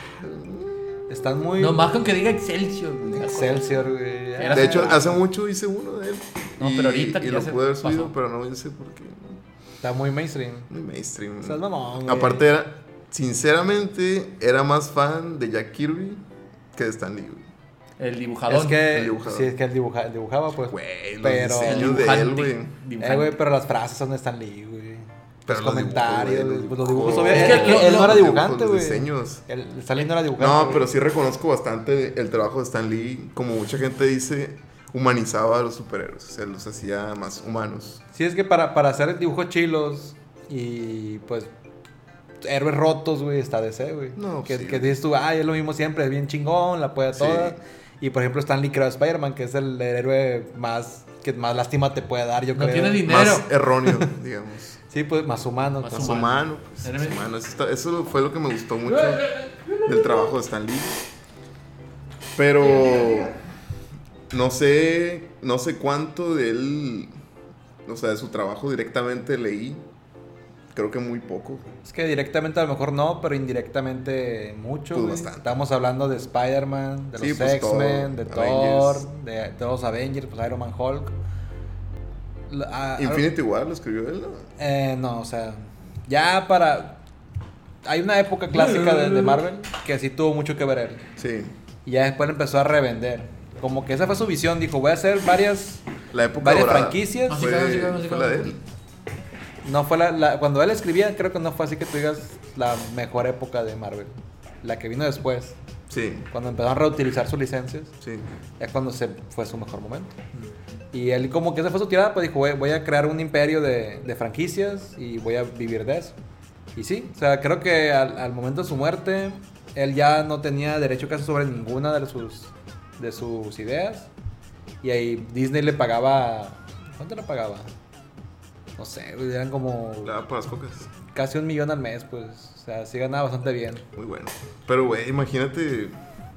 Están muy...
No, más con que diga Excelsior, güey.
Excelsior, güey.
Era
De hecho,
Ah.
hace mucho hice uno de él.
No,
y,
pero ahorita
y
que ya
lo
se
pude haber subido,
pasó.
pero no hice porque...
Está muy mainstream.
Muy mainstream.
Estás mamón, güey.
Aparte era... Sinceramente, era más fan de Jack Kirby que de Stan Lee, güey.
El dibujador.
Es que...
El dibujador.
Sí, es que él dibuja- él dibujaba, pues.
Güey, los
Pero-
diseños de él, güey.
Eh, güey, pero las frases son de Stan Lee, güey.
Pero
Los comentarios,
dibujos, güey,
pues, los dibujos,
Es
obviamente.
que
él,
lo-
él no
lo-
era
los
dibujante,
dibujos,
güey.
los diseños.
El, el Stan Lee no era dibujante.
No,
güey.
pero sí reconozco bastante el trabajo de Stan Lee. Como mucha gente dice, humanizaba a los superhéroes. O sea, los hacía más humanos.
Sí, es que para, para hacer el dibujo chilos y pues héroes rotos, güey, está DC, güey.
No, pues
que,
sí,
que
güey.
dices tú, ay, es lo mismo siempre, es bien chingón, la puede
Sí.
toda. Y por ejemplo, Stanley creó a Spider-Man, que es el héroe más que más lástima te puede dar, yo
No
creo.
tiene dinero.
Más erróneo, digamos.
Sí, pues más humano.
Más
pues.
Más
humano.
humano. pues,
Era-
más humano. Eso, está- eso fue lo que me gustó mucho del trabajo de Stan Lee. Pero no sé, no sé cuánto de él, o sea, de su trabajo directamente leí. Creo que muy poco.
Es que directamente a lo mejor no, pero indirectamente mucho.
Pues
güey.
bastante.
Estamos hablando de Spider-Man, de
Sí,
los
pues, todo.
X-Men, de
Avengers.
Thor, de, de los Avengers, pues Iron Man Hulk. La- a-
Infinity War lo escribió él, ¿no?
Eh, no, o sea, ya para... Hay una época clásica de, de Marvel que sí tuvo mucho que ver él.
Sí.
Y ya después empezó a revender. Como que esa fue su visión, dijo, voy a hacer varias...
La época
Varias
dorada
franquicias.
Fue,
Música, música, música.
fue la de él.
No fue la, la- Cuando él escribía, creo que no fue así que tú digas la mejor época de Marvel. La que vino después,
Sí,
cuando empezaron a reutilizar sus licencias,
sí.
ya cuando se fue su mejor momento. Y él como que esa fue su tirada, pues dijo, "Voy- voy a crear un imperio de, de franquicias y voy a vivir de eso. Y sí, o sea, creo que al, al momento de su muerte, él ya no tenía derecho casi sobre ninguna de sus, de sus ideas. Y ahí Disney le pagaba... ¿Cuánto le pagaba? No sé, güey, eran como
La daba para las cocas.
casi un millón al mes, pues. O sea, sí ganaba bastante bien.
Muy bueno. Pero, güey, imagínate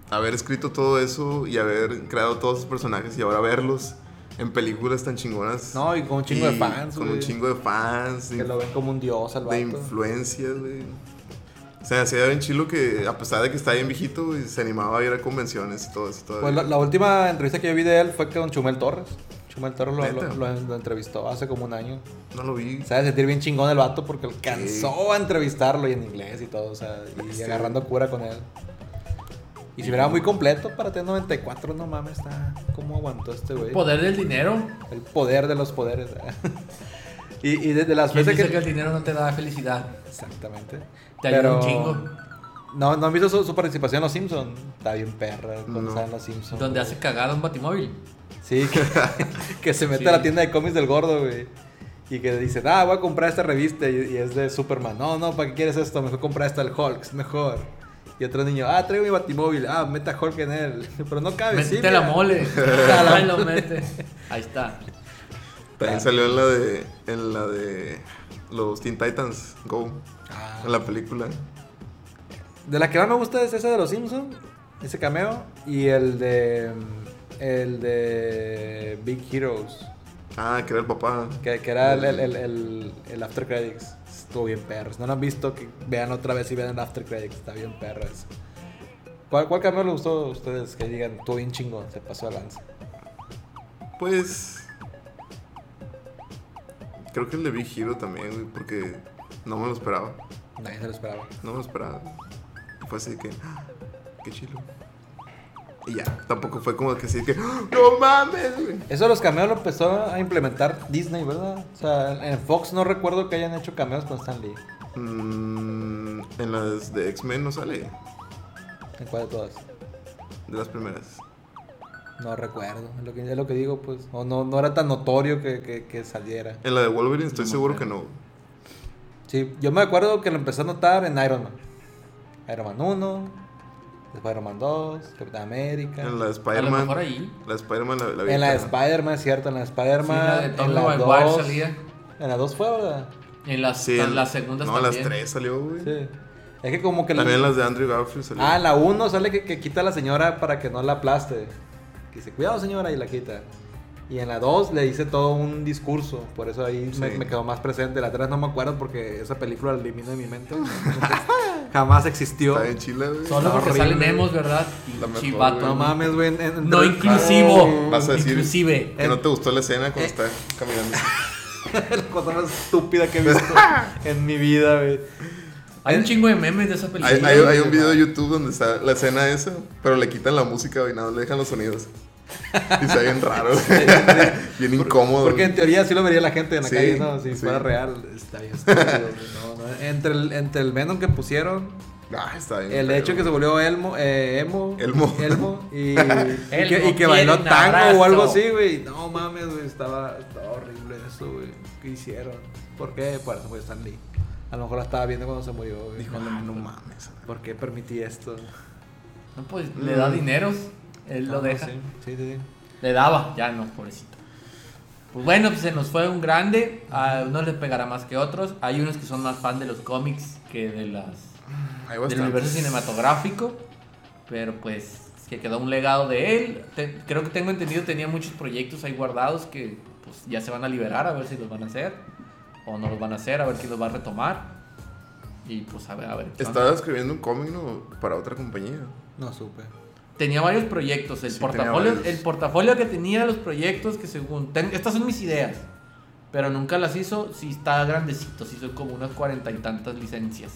haber escrito todo eso y haber creado todos esos personajes y ahora verlos en películas tan chingonas.
No, y con un chingo de
Y
fans,
Con un
güey.
chingo de fans.
Que
de-
lo ven como un dios al
de
vato.
influencias, güey. O sea, hacía bien chilo que, a pesar de que está bien viejito, güey, se animaba a ir a convenciones y todo eso. todavía.
Pues la, la última entrevista que yo vi de él fue con Chumel Torres. Chumel Torres lo, lo-
¿Neta?
lo- lo entrevistó hace como un año.
No lo vi.
Se ha de sentir bien chingón el vato porque alcanzó a entrevistarlo y en inglés y todo, o sea, y
Sí.
agarrando cura con él. Y si verá muy completo para T94, no mames, está. ¿Cómo aguantó este güey?
El poder del dinero.
Pues
El poder de los poderes. y y de, de las
¿Quién
veces
dice
que.
que... el dinero no te da felicidad?
Exactamente.
Te ayuda un
Pero-
chingo.
No, ¿no han visto su, su participación en Los Simpsons? Está bien perra cuando
No.
está en Los Simpsons.
Donde hace cagada un batimóvil.
Sí, que, que se mete
Sí.
a la tienda de cómics del gordo, güey. Y que dice, ah, voy a comprar esta revista y, y es de Superman. No, no, ¿para qué quieres esto? Mejor comprar esta del Hulk, es mejor. Y otro niño, ah, traigo mi batimóvil, ah, meta Hulk en él. Pero no
Ah,
cabe, sí.
Métete la
mira.
mole.
Te la
Ahí lo mete. Ahí está.
También salió en la de, en la de los Teen Titans Go,
Ah,
en la película.
De la que más me gusta es esa de los Simpsons, ese cameo. Y el de. El de Big Heroes,
Ah, que era el papá.
que, que era el, el, el- el- el After Credits. Estuvo bien perro. Si no lo han visto, que vean otra vez y vean el After Credits. Está bien perro eso. ¿Cuál, cuál cameo les gustó a ustedes? Que digan, estuvo bien chingón, se pasó de lanza.
Pues. Creo que el de Big Hero también, güey, porque no me lo esperaba.
Nadie se lo esperaba.
No me lo esperaba. Fue así que. ¡ah! ¡Qué chilo! Y ya, tampoco fue como que así que. ¡ah! ¡No mames, güey!
Eso de los cameos lo empezó a implementar Disney, ¿verdad? O sea, en Fox no recuerdo que hayan hecho cameos con Stan Lee.
Mm, en las de X-Men no sale.
¿En cuál de todas?
De las primeras.
No recuerdo, es lo que, es lo que digo, pues. O no, no era tan notorio que, que- que saliera.
En la de Wolverine estoy seguro que no.
Sí, yo me acuerdo que lo empecé a notar en Iron Man. Iron Man 1, después Iron Man 2, Capitán América.
En
A
la de
lo
Spider-Man.
mejor ahí.
La de Spider-Man la, la vi
En la de
entera.
Spider-Man, es cierto, en la de
Sí, la de
Spider-Man.
Tom
en la
Maguire
2.
salía.
En la 2 fue, ¿verdad?
En las,
Sí,
en las segundas
No, en las
también.
tres salió, güey.
Sí. Es que como que. la-
También las de Andrew Garfield salió.
Ah, en la 1 sale que, que quita a la señora para que no la aplaste. Que dice, cuidado señora, y la quita. Y en la 2 le dice todo un discurso. Por eso ahí me,
Sí.
me quedó más presente. La 3 no me acuerdo porque esa película la elimino de mi mente. Entonces, jamás existió.
Está bien chila, güey.
Solo porque
Horrible.
salen emos, ¿verdad?
La mejor,
Chivato.
güey.
No mames, güey. en- en-
No
en-
inclusivo.
Vas a decir
Inclusive.
que no te gustó la escena
eh.
cuando está caminando.
la cosa más estúpida que he visto en mi vida, güey.
Hay un chingo de memes de esa película.
Hay, Eh, hay- hay un video de YouTube donde está la escena esa, pero le quitan la música güey, nada más le dejan los sonidos. Y está bien raro, güey. bien incómodo.
Porque en
güey.
teoría sí lo vería la gente en la
Sí,
calle, ¿no? Si
sí.
fuera real. Está bien estúpido, güey. No, no. Entre, el, entre el Venom que pusieron,
Ah, está bien
el
feo,
hecho que se
güey.
volvió Elmo, eh, Emo.
Elmo.
Elmo. Y, y que, y que
quiere
bailó
un
tango o
abrazo.
algo así, güey. No mames, güey. Estaba, estaba horrible eso, güey. ¿Qué hicieron? ¿Por qué? Por eso fue Stan Lee. A lo mejor la estaba viendo cuando se murió, güey.
Dijo,
No,
ah, no mames.
¿Por qué permití esto?
No, pues le da
Mm.
dineros. Él
No,
lo deja.
Ah, Sí, sí, sí. sí.
Le daba, ya no, pobrecito. Pues bueno, pues se nos fue un grande. A unos les pegará más que otros. Hay unos que son más fan de los cómics que de las
Ahí
del universo cinematográfico, pero pues es que quedó un legado de él. Te- creo que tengo entendido, tenía muchos proyectos ahí guardados que pues ya se van a liberar, a ver si los van a hacer o no los van a hacer, a ver quién los va a retomar. Y pues a ver, a ver. qué onda.
Estaba escribiendo un cómic, ¿no? Para otra compañía.
No supe.
Tenía varios proyectos, el
Sí, tenía
portafolio,
varios.
el portafolio que tenía los proyectos que según ten- estas son mis ideas, pero nunca las hizo, si está grandecito, si hizo como unas cuarenta y tantas licencias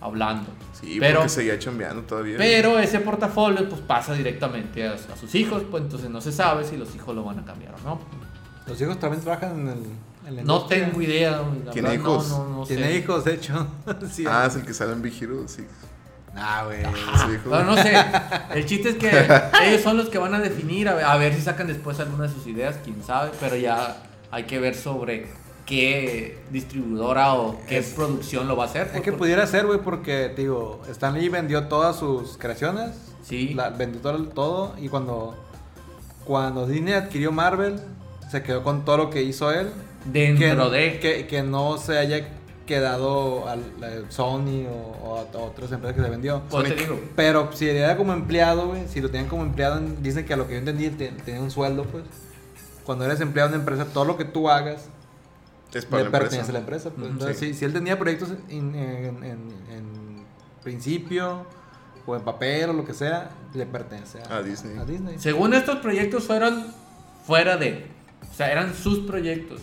hablando.
Sí,
Pero-
porque seguía chambeando todavía.
Pero ese portafolio pues pasa directamente a, a sus hijos, pues entonces no se sabe si los hijos lo van a cambiar o no.
Los hijos también trabajan en el. en la
No
industria.
tengo idea. la
¿Tiene
verdad,
hijos?
No, no, no
Tiene
sé.
hijos, de hecho. sí.
Ah, es el que sale en Big Hero, sí.
Nah, güey.
Ah,
Sí, dijo.
Bueno, no sé. El chiste es que ellos son los que van a definir, a ver, a ver si sacan después alguna de sus ideas, quién sabe, pero ya hay que ver sobre qué distribuidora o qué
Es-
producción lo va a hacer.
Es
pues,
que
porque-
pudiera ser, güey, porque, te digo, Stan Lee vendió todas sus creaciones.
Sí.
La- vendió todo, todo, Y cuando, cuando Disney adquirió Marvel, se quedó con todo lo que hizo él.
Dentro
que,
de...
Que, que no se haya quedado al, eh, Sony o, o a otras empresas que se vendió.
Pues te
Sonic.
digo,
Pero si era como empleado, güey, si lo tenían como empleado, en- dicen que a lo que yo entendí te- tenía un sueldo, pues. Cuando eres empleado de una empresa, todo lo que tú hagas
Es para
le
la
pertenece a la
empresa.
empresa. pues.
Ujú,
Entonces,
sí.
si, si él tenía proyectos en, en- en- en principio o en papel o lo que sea, le pertenece a,
A Disney.
a Disney.
Según estos proyectos fueron fuera de, o sea, eran sus proyectos.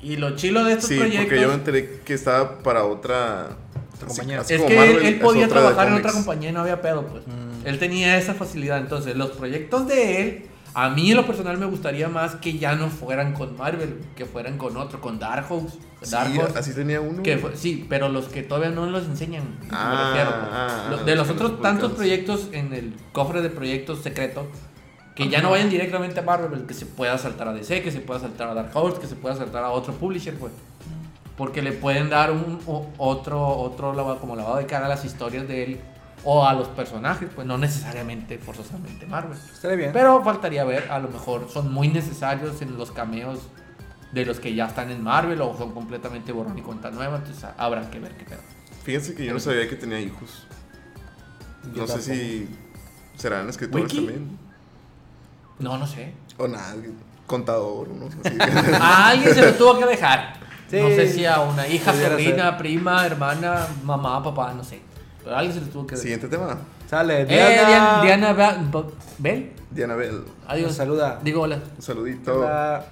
Y lo chilo de estos
Sí, porque
proyectos
yo me enteré que estaba para otra. así-
compañía.
así
es
como
que
Marvel,
él, él
es
podía
otra de
trabajar en
cómics.
otra compañía y no había pedo, pues.
Mm.
Él tenía esa facilidad. Entonces, los proyectos de él, a mí en lo personal me gustaría más que ya no fueran con Marvel, que fueran con otro, con Dark Horse. Dark
Sí,
Horse,
así tenía uno.
que fue- sí, pero los que todavía no los enseñan. me
Ah,
refiero, pues.
ah,
Lo-
ah,
de los
los que no
otros
son
tantos
publicados.
proyectos en el cofre de proyectos secreto, que ya no vayan directamente a Marvel, que se pueda saltar a DC, que se pueda saltar a Dark Horse, que se pueda saltar a otro publisher, pues. Porque le pueden dar un o- otro, otro lavado, como lavado de cara a las historias de él o a los personajes, pues no necesariamente, forzosamente Marvel.
Estaría bien.
Pero faltaría ver, a lo mejor son muy necesarios en los cameos de los que ya están en Marvel o son completamente borrón y cuenta nueva, entonces ah, habrá que ver qué pedo.
Fíjense que yo no sabía que tenía hijos.
Yo
No sé si serán escritores
¿Wiki?
también.
No, no sé.
O nada, contador, no sé. así.
A alguien se lo tuvo que dejar.
Sí.
No sé si a una hija,
Pudiera
sobrina,
ser.
prima, hermana, mamá, papá, no sé. Pero a alguien se lo tuvo que dejar.
Siguiente tema.
Sale,
Eh,
Diana.
Diana, Diana Ba- Ba- Bell.
Diana Bell.
Adiós.
Nos saluda.
Digo hola.
Un saludito.
Hola.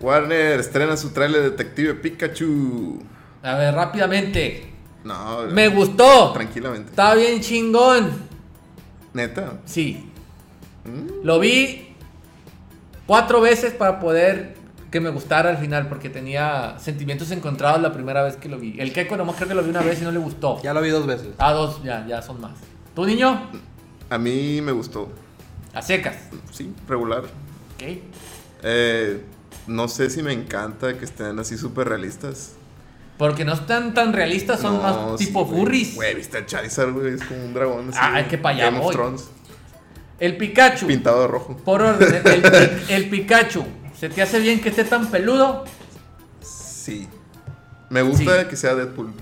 Warner estrena su tráiler Detective Pikachu.
A ver, rápidamente.
No,
Me gustó.
tranquilamente.
Está bien chingón.
Neta.
Sí. Lo vi cuatro veces para poder que me gustara al final, porque tenía sentimientos encontrados la primera vez que lo vi. El Keiko nomás creo que lo vi una vez y no le gustó.
Ya lo vi dos veces.
Ah, dos, ya, ya son más. ¿Tu niño?
A mí me gustó.
A secas.
Sí, regular.
Ok.
Eh, no sé si me encanta que estén así súper realistas.
Porque no están tan realistas, son
No,
más
sí,
tipo
güey.
furries.
Güey, viste a Charizard, güey, es como un dragón. así,
Ah, es que pa' allá
Game of
voy.
Thrones,
El Pikachu.
pintado de rojo.
Por orden, el, el- el Pikachu. ¿Se te hace bien que esté tan peludo?
Sí. Me gusta
Sí.
que sea Deadpool.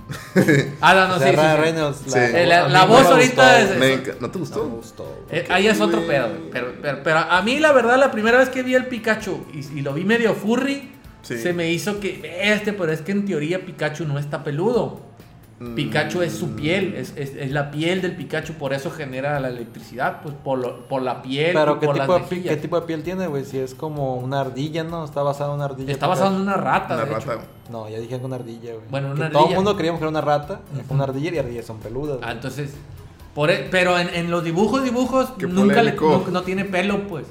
Ah, no, no, sí, sí,
Ryan
sí.
Reynolds,
Sí. Eh,
la-
a mí
la
no
voz
me
ahorita
gustó,
es-
güey.
Me enca- ¿No te
No
gustó?
me gustó, güey.
Eh, ahí es otro
güey.
pedo, güey. pero, pero, pero a mí la verdad, la primera vez que vi el Pikachu y, y lo vi medio furry,
Sí.
se me hizo que este, pero es que en teoría Pikachu no está peludo.
Mm.
Pikachu es su piel, es, es- es la piel del Pikachu, por eso genera la electricidad, pues por, lo- por la piel,
Pero
y
¿qué
por
tipo, de,
las
pi-
mejillas.
qué tipo de piel tiene, güey? Si es como una ardilla, ¿no? Está basada en una ardilla.
Está basado en una rata,
Una
de hecho.
rata. güey.
No, ya dije que una ardilla, güey.
Bueno,
Que
una
Todo el
ardilla.
mundo creíamos que era una rata, una ardilla y ardillas son peludas.
Ah,
güey.
entonces, por e- pero en, en los dibujos, dibujos,
Qué
nunca le,
polémico. Mm.
no, no tiene pelo, pues.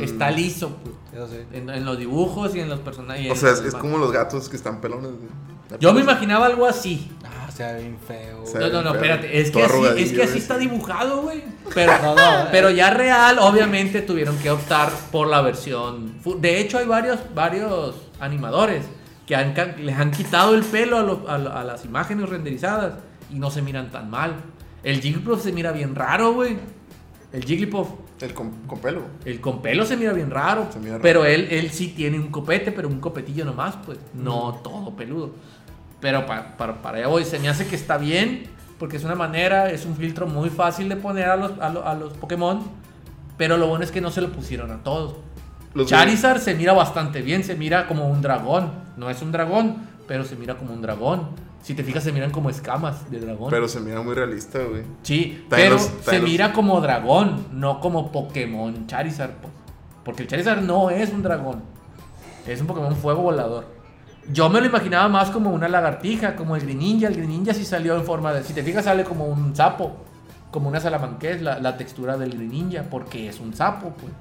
Está liso, pues.
Eso sí.
En, en los dibujos y en los personajes. y
O
en
sea, es,
los
es
demás.
como los gatos que están pelones. güey.
Yo me imaginaba algo así.
Ah, se ve bien feo.
Se
No,
ve
no, no,
feo.
espérate. Es que
Todo
así, es
arrugadillo
que así
ese.
está dibujado, güey. Pero,
No, no, eh,
pero ya real, obviamente tuvieron que optar por la versión. fu- De hecho, hay varios, varios animadores que han ca- les han quitado el pelo a, los- a lo- a las imágenes renderizadas y no se miran tan mal. El Jigglypuff se mira bien raro, güey. El Jigglypuff.
El con, con pelo.
El con pelo se mira bien raro.
Se mira raro.
Pero él, él sí tiene un copete, pero un copetillo nomás, pues. No todo peludo. Pero pa- pa- para allá voy. Se me hace que está bien, porque es una manera, es un filtro muy fácil de poner a los, a lo- a los Pokémon. Pero lo bueno es que no se lo pusieron a todos.
Los
Charizard se mira bastante bien, se mira como un dragón. No es un dragón, pero se mira como un dragón. Si te fijas, se miran como escamas de dragón.
Pero se mira muy realista, güey.
Sí,
Está en
pero
los- está
se
en los-
mira como dragón, no como Pokémon Charizard. pues. Porque el Charizard no es un dragón. Es un Pokémon fuego volador. Yo me lo imaginaba más como una lagartija, como el Greninja. El Greninja sí salió en forma de... Si te fijas, sale como un sapo. Como una salamanqués, la, la textura del Greninja. Porque es un sapo, pues.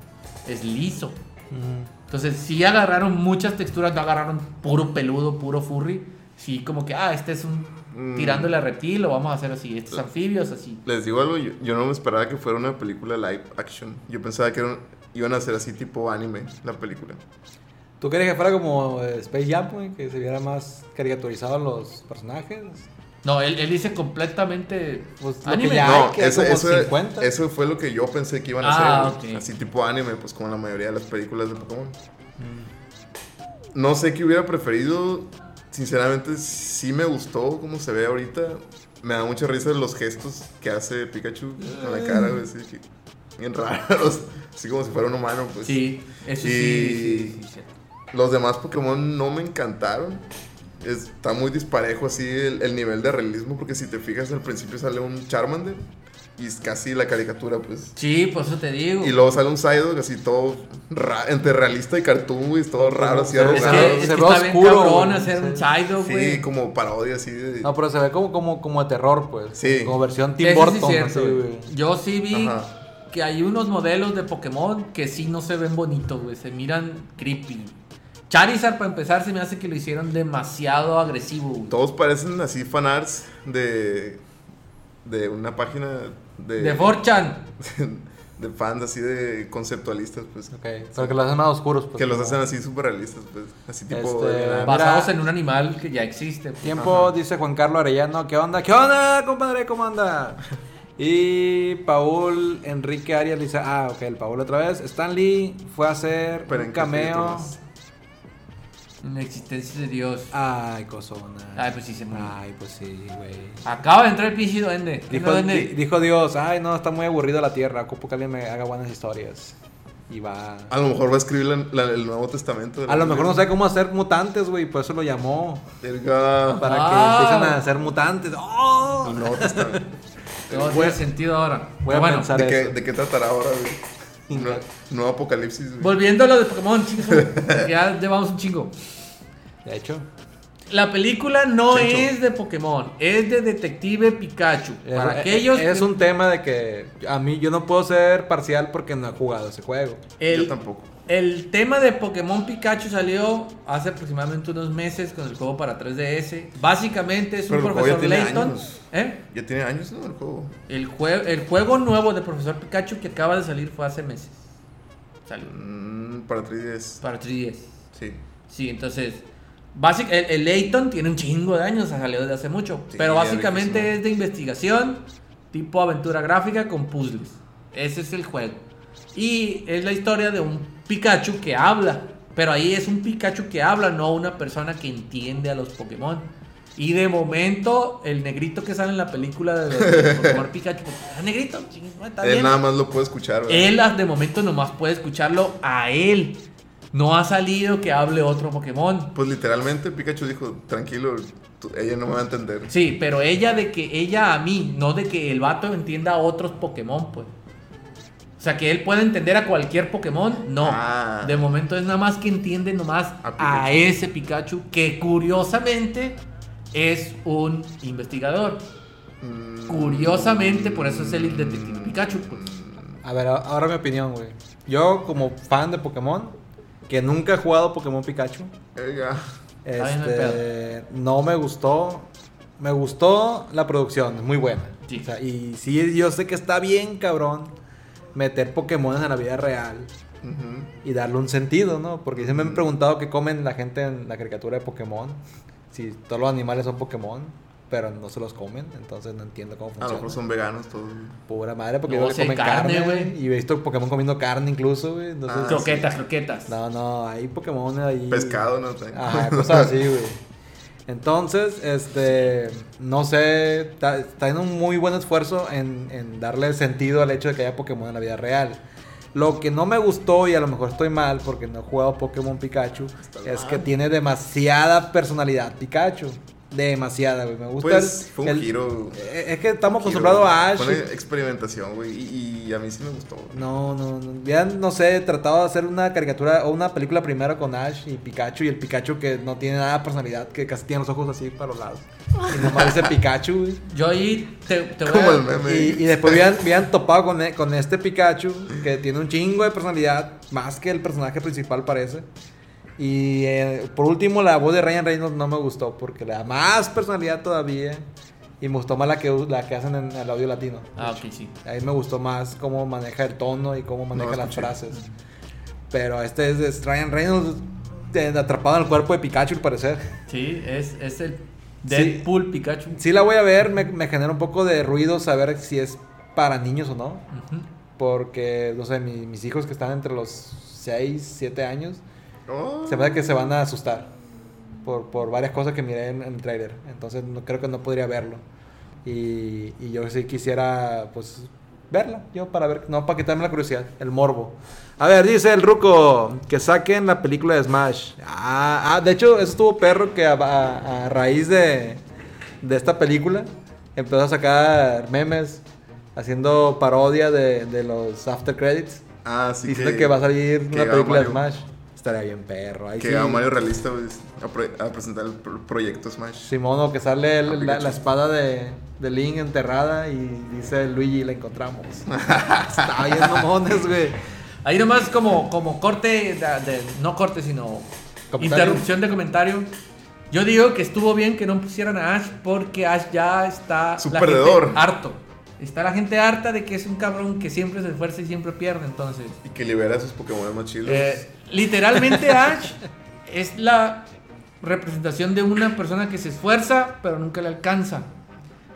Es liso.
mm.
Entonces sí agarraron muchas texturas, no agarraron puro peludo, puro furry. Sí, como que, ah, este es un...
Mm.
Tirándole a reptil, lo vamos a hacer así. Estos anfibios, así.
Les digo algo, yo, yo no me esperaba que fuera una película live action. Yo pensaba que eran- iban a ser así tipo anime la película.
¿Tú querías que fuera como eh, Space Jam, güey? Que se viera más caricaturizados los personajes.
No, él, él dice completamente
Pues, lo
anime.
que ya-
No,
Ay, que hay
eso,
como
eso,
50.
eso fue lo que yo pensé que iban a
Ah,
hacer. güey.
ok.
Así tipo anime, pues como la mayoría de las películas de Pokémon.
Mm.
No sé qué hubiera preferido. Sinceramente, sí me gustó cómo se ve ahorita. Me da mucha risa los gestos que hace Pikachu con la cara, güey. así que- bien raros. Así como si fuera un humano, pues.
Sí, eso sí,
Y-
sí, sí, sí.
Los demás Pokémon no me encantaron. Está muy disparejo así el, el nivel de realismo, porque si te fijas al principio sale un Charmander y es casi la caricatura, pues.
Sí, por eso te digo.
Y luego sale un Psyduck así todo ra- entre realista y cartoon, güey, es todo raro, así
Pero
es
claro,
que,
arrugado.
es
se
que
ve
está bien
oscuro,
cabrón
güey,
hacer un
sí.
Psyduck, güey. Ah,
Sí, como parodia así de...
No, pero se ve como, como, como de terror, pues.
Sí.
Como versión Tim
Eso sí es
Burton,
cierto,
así,
güey.
güey.
Yo sí vi
Ajá.
que hay unos modelos de Pokémon que sí no se ven bonitos, güey. Se miran creepy. Charizard, para empezar, se me hace que lo hicieron demasiado agresivo, güey.
Todos parecen así fanarts de... De una página de...
De 4chan.
de fans así de conceptualistas, pues.
Ok, pero que los hacen más oscuros, pues.
Que los
como-
hacen así súper realistas, pues. Así tipo...
Este,
de-
va-
Basados en un animal que ya existe. pues.
Tiempo,
Ajá.
dice Juan Carlos Arellano. ¿Qué onda? ¿Qué onda, compadre? ¿Cómo anda? Y Paul Enrique Arias dice, ah, ok, el Paul otra vez. Stan Lee fue a hacer
Pero
un
en
cameo.
caricaturas.
En la existencia de Dios.
Ay, cosona.
Ay, pues sí, se murió.
Ay, pues sí, güey.
Acaba de entrar el pinche duende.
Dijo,
Venga, duende.
di- dijo Dios, ay, no, está muy aburrido la tierra. Ocupo que alguien me haga buenas historias. Y va.
A lo mejor va a escribir la- la- el Nuevo Testamento. de la
A lo mejor
Biblia.
no sabe cómo hacer mutantes, güey, por eso lo llamó.
Verga.
Para
Ah.
que empiecen a hacer mutantes. ¡Oh!
El Nuevo Testamento.
Todo
Voy a-
tiene sentido ahora.
voy a
Pero bueno,
pensar.
¿De, qué,
eso.
¿De qué tratará ahora, güey? Nue- Nuevo Apocalipsis, güey.
volviendo a lo de Pokémon, chicos. ya llevamos un chingo.
De hecho,
La película no
Chencho.
es de Pokémon, es de Detective Pikachu.
es-
Para
es-
aquellos.
Es
que-
un tema de que a mí yo no puedo ser parcial porque no he jugado ese juego.
Yo
el-
tampoco.
El tema de Pokémon Pikachu salió hace aproximadamente unos meses con el juego para 3DS. Básicamente es un
Pero el juego ya
profesor
tiene
Layton.
años.
¿Eh?
Ya tiene años, ¿no? El juego.
El, jue- el juego nuevo de Profesor Pikachu que acaba de salir fue hace meses. Salió
Mm, para 3DS.
para 3DS.
Sí.
Sí, entonces Basic, el, el Leighton tiene un chingo de años, salió desde hace mucho.
Sí,
pero
ya
básicamente
viejísimo.
es de investigación, tipo aventura gráfica con puzzles. Ese es el juego. Y es la historia de un Pikachu que habla. Pero ahí es un Pikachu que habla, no una persona que entiende a los Pokémon. Y de momento, el negrito que sale en la película de, de Pokémon Pikachu, pues, "Ah, negrito, chingón, está
Él
bien.
nada más lo puede escuchar, ¿verdad?
Él de momento nomás puede escucharlo a él. No ha salido que hable otro Pokémon.
Pues literalmente Pikachu dijo, tranquilo, tú- ella no me va a entender.
Sí, pero ella de que ella a mí, no de que el vato entienda a otros Pokémon, pues. O sea, que él pueda entender a cualquier Pokémon, no.
Ah.
De momento es nada más que entiende nomás
A Pikachu.
a, ese Pikachu, que curiosamente es un investigador.
Mm,
Curiosamente, por eso es el detective Pikachu, pues.
A ver, a- ahora mi opinión, güey. Yo, como fan de Pokémon, que nunca he jugado Pokémon Pikachu,
verga.
Está bien, no hay
este, no me gustó. Me gustó la producción, es muy buena.
Sí.
O sea, y sí, yo sé que está bien, cabrón, meter Pokémon en la vida real
Ujú.
y darle un sentido, ¿no? Porque siempre me han preguntado qué comen la gente en la caricatura de Pokémon. Si todos los animales son Pokémon, pero no se los comen, entonces no entiendo cómo
A lo
funciona.
mejor son veganos todos.
Pura madre, porque
No
luego le
sé,
comen
carne,
carne,
güey.
Y he visto Pokémon comiendo carne incluso, güey. Entonces,
Ah, sí.
croquetas, croquetas.
No, no, hay Pokémon ahí.
Pescado, no sé.
Ajá, cosas así, güey. Entonces, este, no sé, está, está haciendo un muy buen esfuerzo en, en darle sentido al hecho de que haya Pokémon en la vida real. Lo que no me gustó, y a lo mejor estoy mal porque no he jugado Pokémon Pikachu, es que tiene demasiada personalidad Pikachu. Demasiada, güey. Me gusta.
Pues
el-
fue un
el-
giro.
eh, Es que estamos acostumbrados a Ash.
Fue
y-
una experimentación, güey. Y, y a mí sí me gustó. güey.
no, no, no. Ya no sé, he tratado de hacer una caricatura o una película primero con Ash y Pikachu y el Pikachu que no tiene nada de personalidad, que casi tiene los ojos así para los lados. Y nomás dice Pikachu, güey.
Yo ahí te, te voy
Como
a-
el meme.
Y, y después habían, habían topado con, e- con este Pikachu que tiene un chingo de personalidad, más que el personaje principal parece. Y eh, por último, la voz de Ryan Reynolds no me gustó porque le da más personalidad todavía. Y me gustó más la que, us- la que hacen en el audio latino.
Ah, ok, sí.
A mí me gustó más cómo maneja el tono y cómo maneja
No,
las
escuché.
frases. Pero este es de Ryan Reynolds eh, atrapado en el cuerpo de Pikachu, al parecer.
Sí, es, es el Deadpool Pikachu.
Sí la voy a ver, me, me genera un poco de ruido saber si es para niños o no.
Ujú.
Porque, no sé, mi- mis hijos que están entre los 6, 7 años,
Oh.
se me hace que se van a asustar por, por varias cosas que miré en, en el trailer. Entonces no, creo que no podría verlo. Y, y yo sí quisiera, pues, verla. Yo para ver, no para quitarme la curiosidad, el morbo. A ver, dice el Ruco, que saquen la película de Smash. Ah, ah, de hecho, eso estuvo perro que a, a- a raíz de, de esta película empezó a sacar memes haciendo parodia de, de los after credits.
Ah, sí.
Diciendo que, va a salir
que
una
va
película de
Mario-
Smash. Estaría bien, perro. Ahí
Que
sí.
va Mario Realista güey, a, pre- a presentar el pro- proyecto Smash.
Simono, que sale el-
A
la,
Ah, Pikachu.
la espada de, de Link enterrada y dice Luigi, la encontramos. Está bien, mamones, güey.
Ahí nomás como, como corte, de- de- no corte, sino
Comentario.
interrupción de comentario. Yo digo que estuvo bien que no pusieran a Ash porque Ash ya está
Su
la
perdedor.
gente harto. Está la gente harta de que es un cabrón que siempre se esfuerza y siempre pierde. Entonces,
Y que libera a sus Pokémon más chilos.
eh, literalmente Ash es la representación de una persona que se esfuerza pero nunca le alcanza.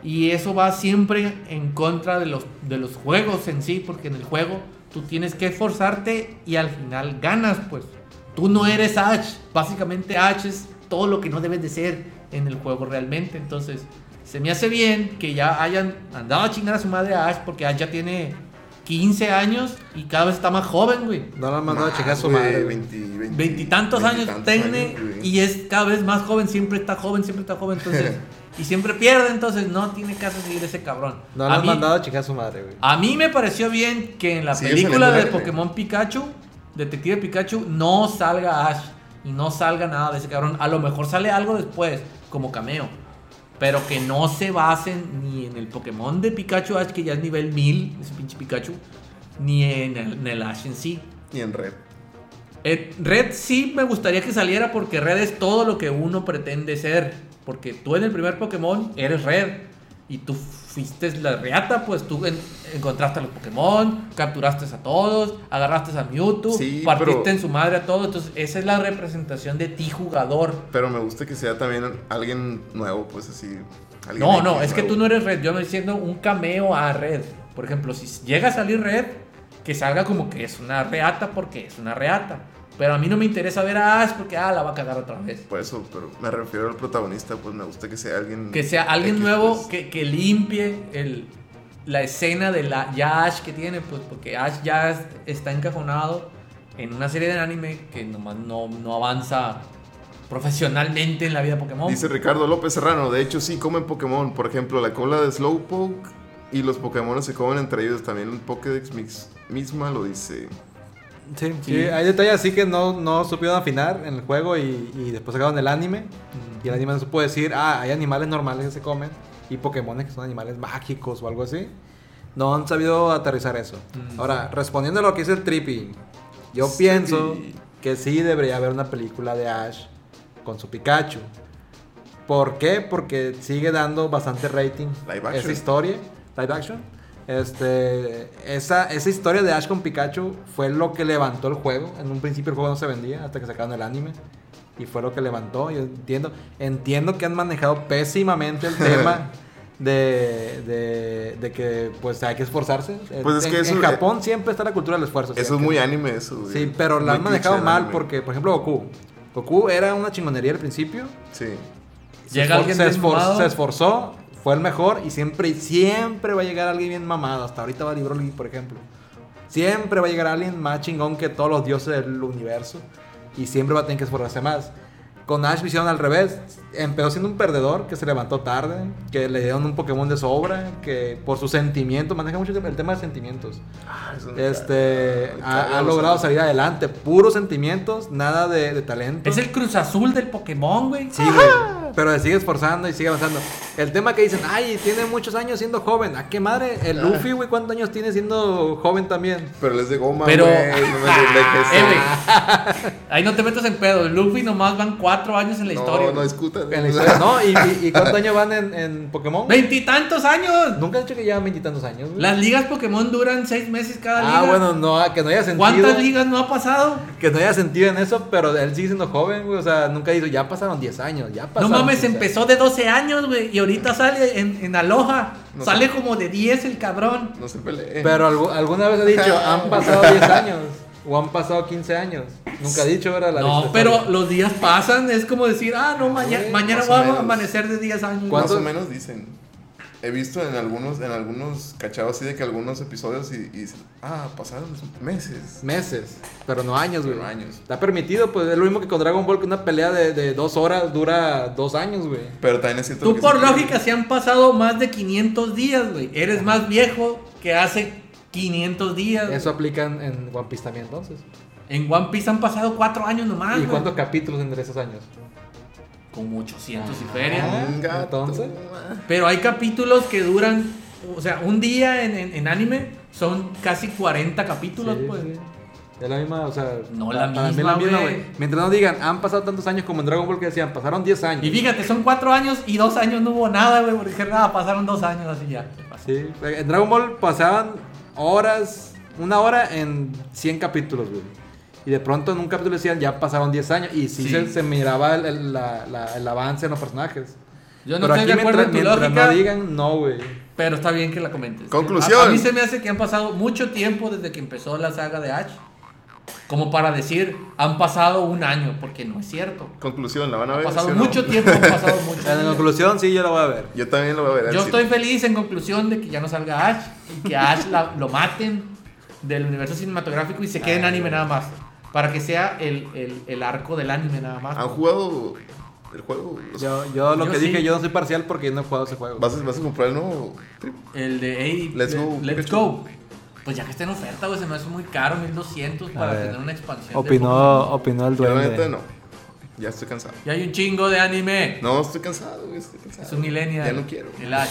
Y eso va siempre en contra de los, de los juegos en sí, porque en el juego tú tienes que esforzarte y al final ganas, pues. Tú no eres Ash. Básicamente Ash es todo lo que no debes de ser en el juego realmente. Entonces, se me hace bien que ya hayan andado a chingar a su madre a Ash, porque Ash ya tiene 15 años y cada vez está más joven, güey.
No la han mandado a
Más,
checar a su
Ah, güey,
madre. güey.
20, 20,
Veintitantos años tiene
güey.
y es cada vez más joven, siempre está joven, siempre está joven, entonces... Y siempre pierde, entonces no tiene caso seguir ese cabrón.
No
A
la han
mí- Ah,
mandado a checar a su madre, güey.
a mí me pareció bien que en la
Sí,
película de
saliendo el anime.
Pokémon Pikachu, Detective Pikachu, no salga Ash y no salga nada de ese cabrón. A lo mejor sale algo después, como cameo. Pero que no se basen ni en el Pokémon de Pikachu Ash, que ya es nivel 1000, ese pinche Pikachu, ni en el, en el Ash en sí.
Y en red.
Eh, Red sí me gustaría que saliera porque Red es todo lo que uno pretende ser. Porque tú en el primer Pokémon eres Red. Y tú fuiste la reata, pues tú en- encontraste a los Pokémon, capturaste a todos, agarraste a Mewtwo,
Sí,
partiste
pero-
en su madre a todos. Entonces, esa es la representación de ti, jugador.
Pero me gusta que sea también alguien nuevo, pues así. alguien
No,
X
no, es que
nuevo.
tú no eres red. Yo no estoy diciendo un cameo a red. Por ejemplo, si llega a salir red, que salga como que es una reata porque es una reata. Pero a mí no me interesa ver a Ash porque ah, la va a cagar otra vez.
Por eso, pero me refiero al protagonista, pues me gusta que sea alguien.
Que sea alguien
X,
nuevo
pues.
que, que limpie el, la escena de la ya Ash que tiene, pues porque Ash ya es- está encajonado en una serie de anime que nomás no, no avanza profesionalmente en la vida
Oh.
Pokémon.
Dice Ricardo López Serrano, de hecho sí comen Pokémon, por ejemplo, la cola de Slowpoke y los Pokémon se comen entre ellos, también un Pokédex mix- misma lo dice.
Sí, sí, hay detalles así que no, no supieron afinar en el juego y, y después sacaron el anime.
Mm.
Y el anime no supo decir, ah, hay animales normales que se comen y Pokémon que son animales mágicos o algo así. No han sabido aterrizar eso.
Mm.
Ahora, respondiendo a lo que dice el Trippy, yo
Sí.
pienso que sí debería haber una película de Ash con su Pikachu. ¿Por qué? Porque sigue dando bastante rating
Live action.
esa historia. Live action. Este, esa, esa historia de Ash con Pikachu fue lo que levantó el juego. En un principio el juego no se vendía hasta que sacaron el anime. Y fue lo que levantó. Yo entiendo, entiendo que han manejado pésimamente el tema de, de, de que pues hay que esforzarse.
Pues es
en,
que eso-
en Japón siempre está la cultura del esfuerzo.
Eso es
siempre.
muy anime eso, güey.
Pues Sí, pero la
Muy
han manejado
cliché del
mal
anime.
porque, por ejemplo, Goku. Goku era una chingonería al principio.
Sí.
Se
Llega
esfor-
alguien
se, esfor-
desmamado.
se esforzó, fue el mejor y siempre, siempre va a llegar alguien bien mamado. Hasta ahorita va Broly, por ejemplo. Siempre va a llegar alguien más chingón que todos los dioses del universo y siempre va a tener que esforzarse más. Con Ash lo hicieron al revés. Empezó siendo un perdedor que se levantó tarde, que le dieron un Pokémon de sobra, que por sus sentimientos, maneja mucho el tema de sentimientos.
Ah, eso me
Este
caga, me
ha,
caga
ha
los
logrado
animes.
salir adelante, puros sentimientos, nada de, de talento.
Es el Cruz Azul del Pokémon, güey.
Sí, güey. Pero se sigue esforzando y sigue avanzando. El tema que dicen, ay, tiene muchos años siendo joven. ¿A qué madre?
Ah.
El Luffy, güey, ¿cuántos años tiene siendo joven también?
Pero él es de goma,
Pero-
güey, no me
Ah,
Eh,
envejece.
güey. Ahí no te metas en pedo. Luffy nomás van cuatro años en la historia.
No, no discutan.
En la historia, ¿no? ¿Y, y, y cuántos años van en, en Pokémon?
¡Veintitantos años!
Nunca han dicho que llevan veintitantos años, güey.
Las ligas Pokémon duran seis meses cada liga.
Ah, bueno, no, que no haya sentido.
¿Cuántas ligas no ha pasado?
Que no haya sentido en eso, pero él sigue siendo joven, güey. O sea, nunca dijo, ya pasaron 10 años, ya
No
pasaron.
mames,
15 años".
empezó de 12 años, güey. Y ahorita sale en, en Aloha.
No
sale
sé.
como de 10 el cabrón.
No se peleen.
Pero algu- alguna vez ha dicho, han pasado 10 años. O han pasado 15 años. Nunca ha dicho, ¿verdad? La
no,
lista
pero
está-
los días pasan. Es como decir, ah, no, maña-
Sí,
mañana
más
voy
o
a
menos.
amanecer de 10 años.
¿Cuánto-
Más o menos dicen. He visto en algunos, en algunos cachados así de que algunos episodios y, y dicen, ah, pasaron meses.
Meses, pero no años, güey.
Pero años.
Está permitido, pues es lo mismo que con Dragon Ball, que una pelea de, de dos horas dura dos años, güey.
Pero también es cierto lo
Tú
que
por
sí-
lógica se han pasado más de 500 días, güey. Eres más viejo que hace 500 días.
Eso aplica en, en One Piece también, entonces.
En One Piece han pasado 4 años nomás,
¿Y
Ah, güey.
cuántos capítulos entre esos años?
Como 800 y
Ah.
feria.
Chinga
Entonces.
tu madre.
Pero hay capítulos que duran, o sea, un día en, en- en anime son casi 40 capítulos,
Sí,
pues.
sí. Es la misma, o sea.
No
pa-
la
para mí es
misma, güey.
Mientras no digan, han pasado tantos años como en Dragon Ball que decían, pasaron 10 años.
Y fíjate, son 4 años y 2 años no hubo nada, güey. Porque nada, pasaron 2 años así ya.
Sí, en Dragon Ball pasaban horas, una hora en 100 capítulos, güey. Y de pronto en un capítulo decían, ya pasaron 10 años. Y sí,
Sí.
Se, se miraba el, el- la- la- el avance en los personajes.
Yo no
Pero
estoy
aquí
de acuerdo en tu
mientras, mientras
lógica.
no digan, no, güey.
Pero está bien que la comentes.
Conclusión.
A, a mí se me hace que han pasado mucho tiempo desde que empezó la saga de Ash. Como para decir, han pasado un año, porque no es cierto.
Conclusión, la van a
Ha
ver.
pasado
¿sí o no?
mucho tiempo, han pasado mucho
En
tiempo.
conclusión, sí, yo lo voy a ver.
Yo también lo voy a ver. al
Yo
cine.
estoy feliz en conclusión de que ya no salga Ash y que a Ash la- lo maten del universo cinematográfico y se quede en anime nada más. Para que sea el, el- el arco del anime nada más.
¿Han jugado el juego? O sea,
Yo, yo lo
Yo
que
sí.
dije, yo no soy parcial porque yo no he jugado ese juego.
¿Vas a, vas a comprar el nuevo trip?
El de hey,
Let's
le-
go,
Let's
Pikachu.
go. Pues ya que está en oferta, güey, se me hace muy caro, 1200 para
ver.
tener una expansión. de
Opinó, opinó el
Yo la neta
duende.
no. Ya estoy cansado.
Y hay un chingo de anime.
No, estoy cansado, güey, estoy cansado.
Es un millennial.
Ya no quiero.
El Ash.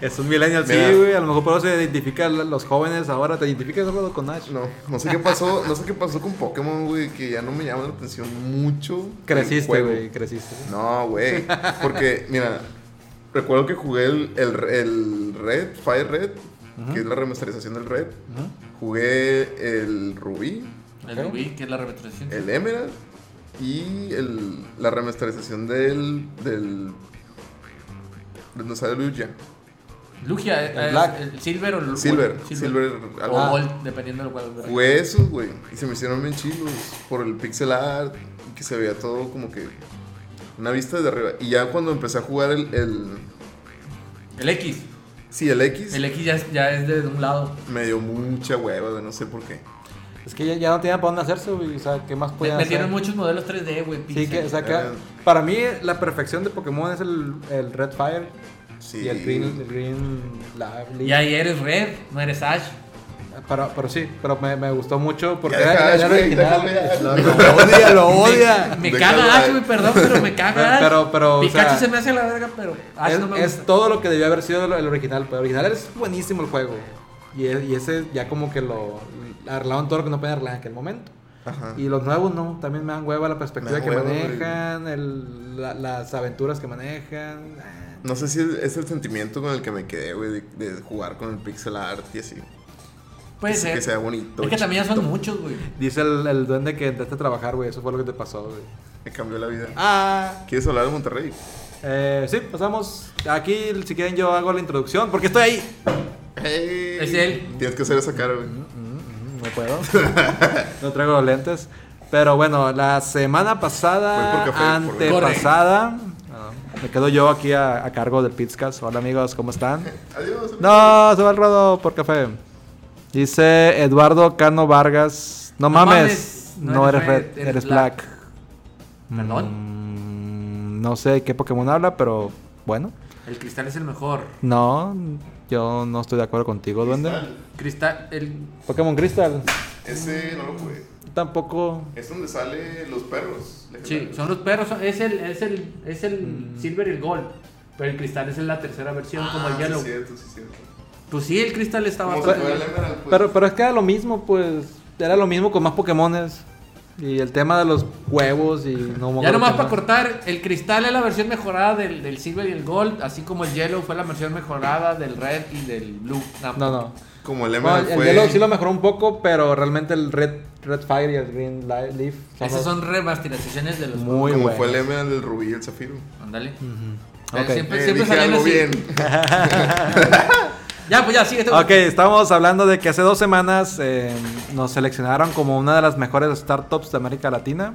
Es un millennial, sí,
Mira.
güey. A lo mejor por eso se identifican los jóvenes ahora. ¿Te identificas solo con Ash?
No, no sé qué pasó, no sé qué pasó con Pokémon, güey, que ya no me llama la atención mucho. el
Creciste,
juego.
güey, creciste.
No, güey. Porque, mira, Recuerdo que jugué el, el- el Red, Fire Red, que es la remasterización del Red. Jugué el Rubí,
El
Ok.
Rubí, que es la remasterización.
el Emerald y el- la remasterización del. del. del Nostalgia Lugia.
Lugia, eh,
El
eh,
Black.
el Silver o el
Silver,
Gold?
Silver.
O
algo.
Gold, dependiendo del cual. güey.
Jugué esos, güey, y se me hicieron bien chilos por el pixel art, y que se veía todo como que una vista desde arriba. Y ya cuando empecé a jugar el. el
El X.
sí, el X,
El X ya, es- ya es de un lado.
me dio mucha hueva, güey, no sé por qué.
Es que ya, ya no tenían para dónde hacerse, güey. O sea, ¿qué más
Me,
podían
me
hacer?
tienen muchos modelos 3D, güey.
Sí, que, o sea, que-
Ah.
para mí la perfección de Pokémon es el, el Red Fire
Sí.
y el Green, el green Lively.
Y ahí eres Red, no eres Ash.
Pero, pero sí, pero me, me gustó mucho porque
Ya
era,
deja
era
Ash, güey,
original.
déjalo
Lo,
ya.
lo odia, lo
Me-
odia.
Me,
De
caga
cada-
Ash, güey, perdón, pero me caga Ash.
Pero- pero, o
Pikachu
sea,
se me hace la verga, pero Ash
es,
no me
es
gusta.
todo lo que debió haber sido el, el original. Pero el original es buenísimo el juego. Y, e- y ese ya como que lo arreglaron todo lo que no podían arreglar en aquel momento.
Ajá.
Y los nuevos no, también me dan hueva la
Me
perspectiva
da
que
hueva,
manejan, el- la- las aventuras que manejan. Ah.
No sé si es el sentimiento con el que me quedé, güey, de, de jugar con el pixel art y así.
Puede
que,
ser.
que sea bonito.
es que también ya son
chiquito.
muchos, güey.
Dice el, el duende que entraste a trabajar, güey. Eso fue lo que te pasó, güey.
Me cambió la vida.
Ah.
¿Quieres hablar de Monterrey?
Eh, sí, pasamos. Aquí, si quieren, yo hago la introducción. Porque estoy ahí.
Hey.
Es él.
Tienes que hacer esa cara, güey.
Mm, No puedo. no traigo los lentes. Pero bueno, la semana pasada,
Voy por café, por
favor.
antepasada, ah, me quedo yo aquí a, a cargo del Pizcas. Hola amigos, ¿cómo están?
Adiós. amigo.
No, se va el rodo por café. Dice Eduardo Cano Vargas. No, mames,
mames,
no, eres red, eres, black. Mm, no sé de qué Pokémon habla, pero bueno.
El cristal es el mejor.
No, yo no estoy de acuerdo contigo, duende.
Cristal, el.
Pokémon Crystal.
Ese no lo jugué.
Tampoco.
Es donde salen los perros.
Sí,
legendarios.
son los perros, son- es el, es el, es el silver y el gold. Pero el cristal es en la tercera versión, como el
Mm. Ah,
yellow.
Sí, cierto, sí, cierto.
Pues sí, el cristal está
Como se
bastante.
fue el
bien.
Emerald, pues.
Pero, pero es que era lo mismo, pues. Era lo mismo con más Pokémones. Y el tema de los huevos y no me
Ya
acuerdo
nomás para
qué más.
cortar, el cristal es la versión mejorada del, del silver y el gold, así como el yellow fue la versión mejorada del red y del blue.
No, no.
Como el
Bueno,
Emerald
el
fue.
Yellow sí lo mejoró un poco, pero realmente el Red, Red Fire y el Green Li- Leaf son
Esas
los
son remasterizaciones de los.
muy
como
buenos.
fue el Emerald, el rubí y el zafiro.
Ándale.
Ok.
Eh, Siempre,
Eh,
siempre
dije
salían
algo
así.
bien.
Ya, pues ya, sí, esto.
Ok, estábamos hablando de que hace dos semanas eh, nos seleccionaron como una de las mejores startups de América Latina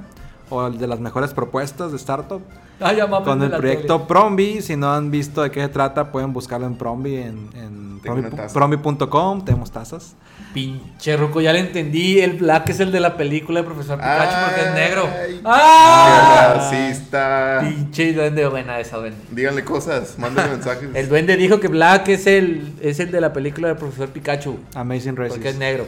o de las mejores propuestas de startup
Ah, ya, mamá,
con
de
el
la
proyecto
tele.
Prombi. Si no han visto de qué se trata, pueden buscarlo en Prombi, en, en
Tengo una
prombi-
taza.
prombi.com. Tenemos tazas.
Pinche ruco, ya le entendí. El black es el de la película de Profesor Pikachu porque es negro.
Ay,
¡Ah!
qué racista.
Pinche duende buena esa duende.
Díganle cosas, mándenle mensajes.
El duende dijo que Black es el, es el de la película de Profesor Pikachu.
Amazing Races.
Porque es negro.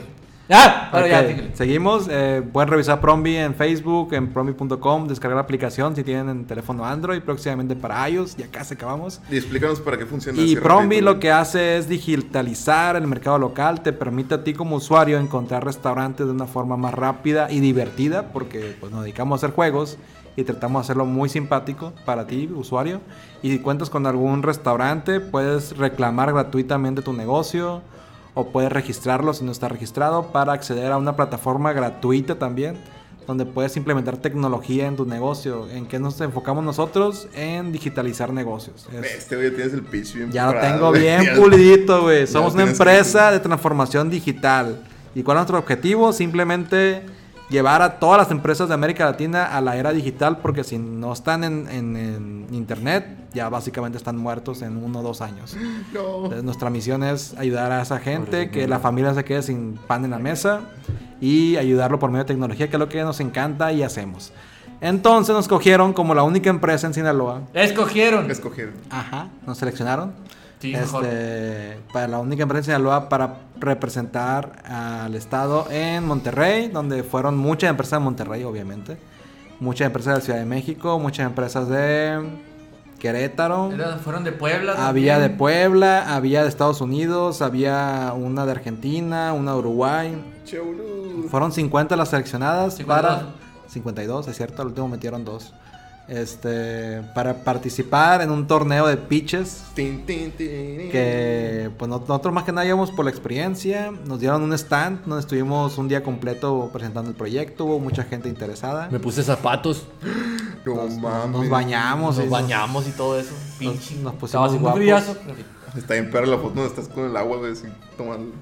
¡Ah! Ahora ya,
Ok,
síguele.
Seguimos. eh, pueden revisar Prombi en Facebook, en prombi.com, descargar la aplicación si tienen en teléfono Android, próximamente para iOS. Ya casi acabamos.
Y explícanos para qué funciona.
Y
así
Prombi
rapidito,
lo que hace es digitalizar el mercado local, te permite a ti como usuario encontrar restaurantes de una forma más rápida y divertida, porque pues, nos dedicamos a hacer juegos y tratamos de hacerlo muy simpático para ti, usuario. Y si cuentas con algún restaurante, puedes reclamar gratuitamente tu negocio o puedes registrarlo si no está registrado para acceder a una plataforma gratuita también donde puedes implementar tecnología en tu negocio. ¿En qué nos enfocamos nosotros? En digitalizar negocios.
güey.
Es-
Este güey tienes el pitch bien
ya lo
preparado,
tengo
güey.
bien
Ya-
pulidito,
ya
güey. Somos
lo
una
tienes
empresa de transformación digital. ¿Y cuál es nuestro objetivo? Simplemente llevar a todas las empresas de América Latina a la era digital, porque si no están en, en- en Internet, ya básicamente están muertos en uno o dos años.
No.
Entonces, nuestra misión es ayudar a esa gente, que la familia se quede sin pan en la mesa y ayudarlo por medio de tecnología, que es lo que nos encanta y hacemos. Entonces nos cogieron como la única empresa en Sinaloa.
Escogieron.
Escoger.
Ajá, nos seleccionaron.
Sí,
este, para la única empresa de Sinaloa para representar al Estado en Monterrey, donde fueron muchas empresas de Monterrey, obviamente. Muchas empresas de la Ciudad de México, muchas empresas de Querétaro.
Era- fueron de Puebla.
Había de
también.
Puebla, había de Estados Unidos, había una de Argentina, una de Uruguay.
Che, boludo.
Fueron 50 las seleccionadas
52.
para 52, es cierto, al último metieron dos. Este, para participar en un torneo de pitches
Tin, tin, tin.
que pues no- nosotros más que nada íbamos por la experiencia, nos dieron un stand donde estuvimos un día completo presentando el proyecto, hubo mucha gente interesada.
Me puse zapatos,
No
Nos, nos-
mames.
nos bañamos.
nos
y
bañamos y todo eso. Pinche.
nos pusimos
Estaba haciendo un
guapos.
frillazo.
Está bien perra la foto donde estás con el agua, güey, así tomando.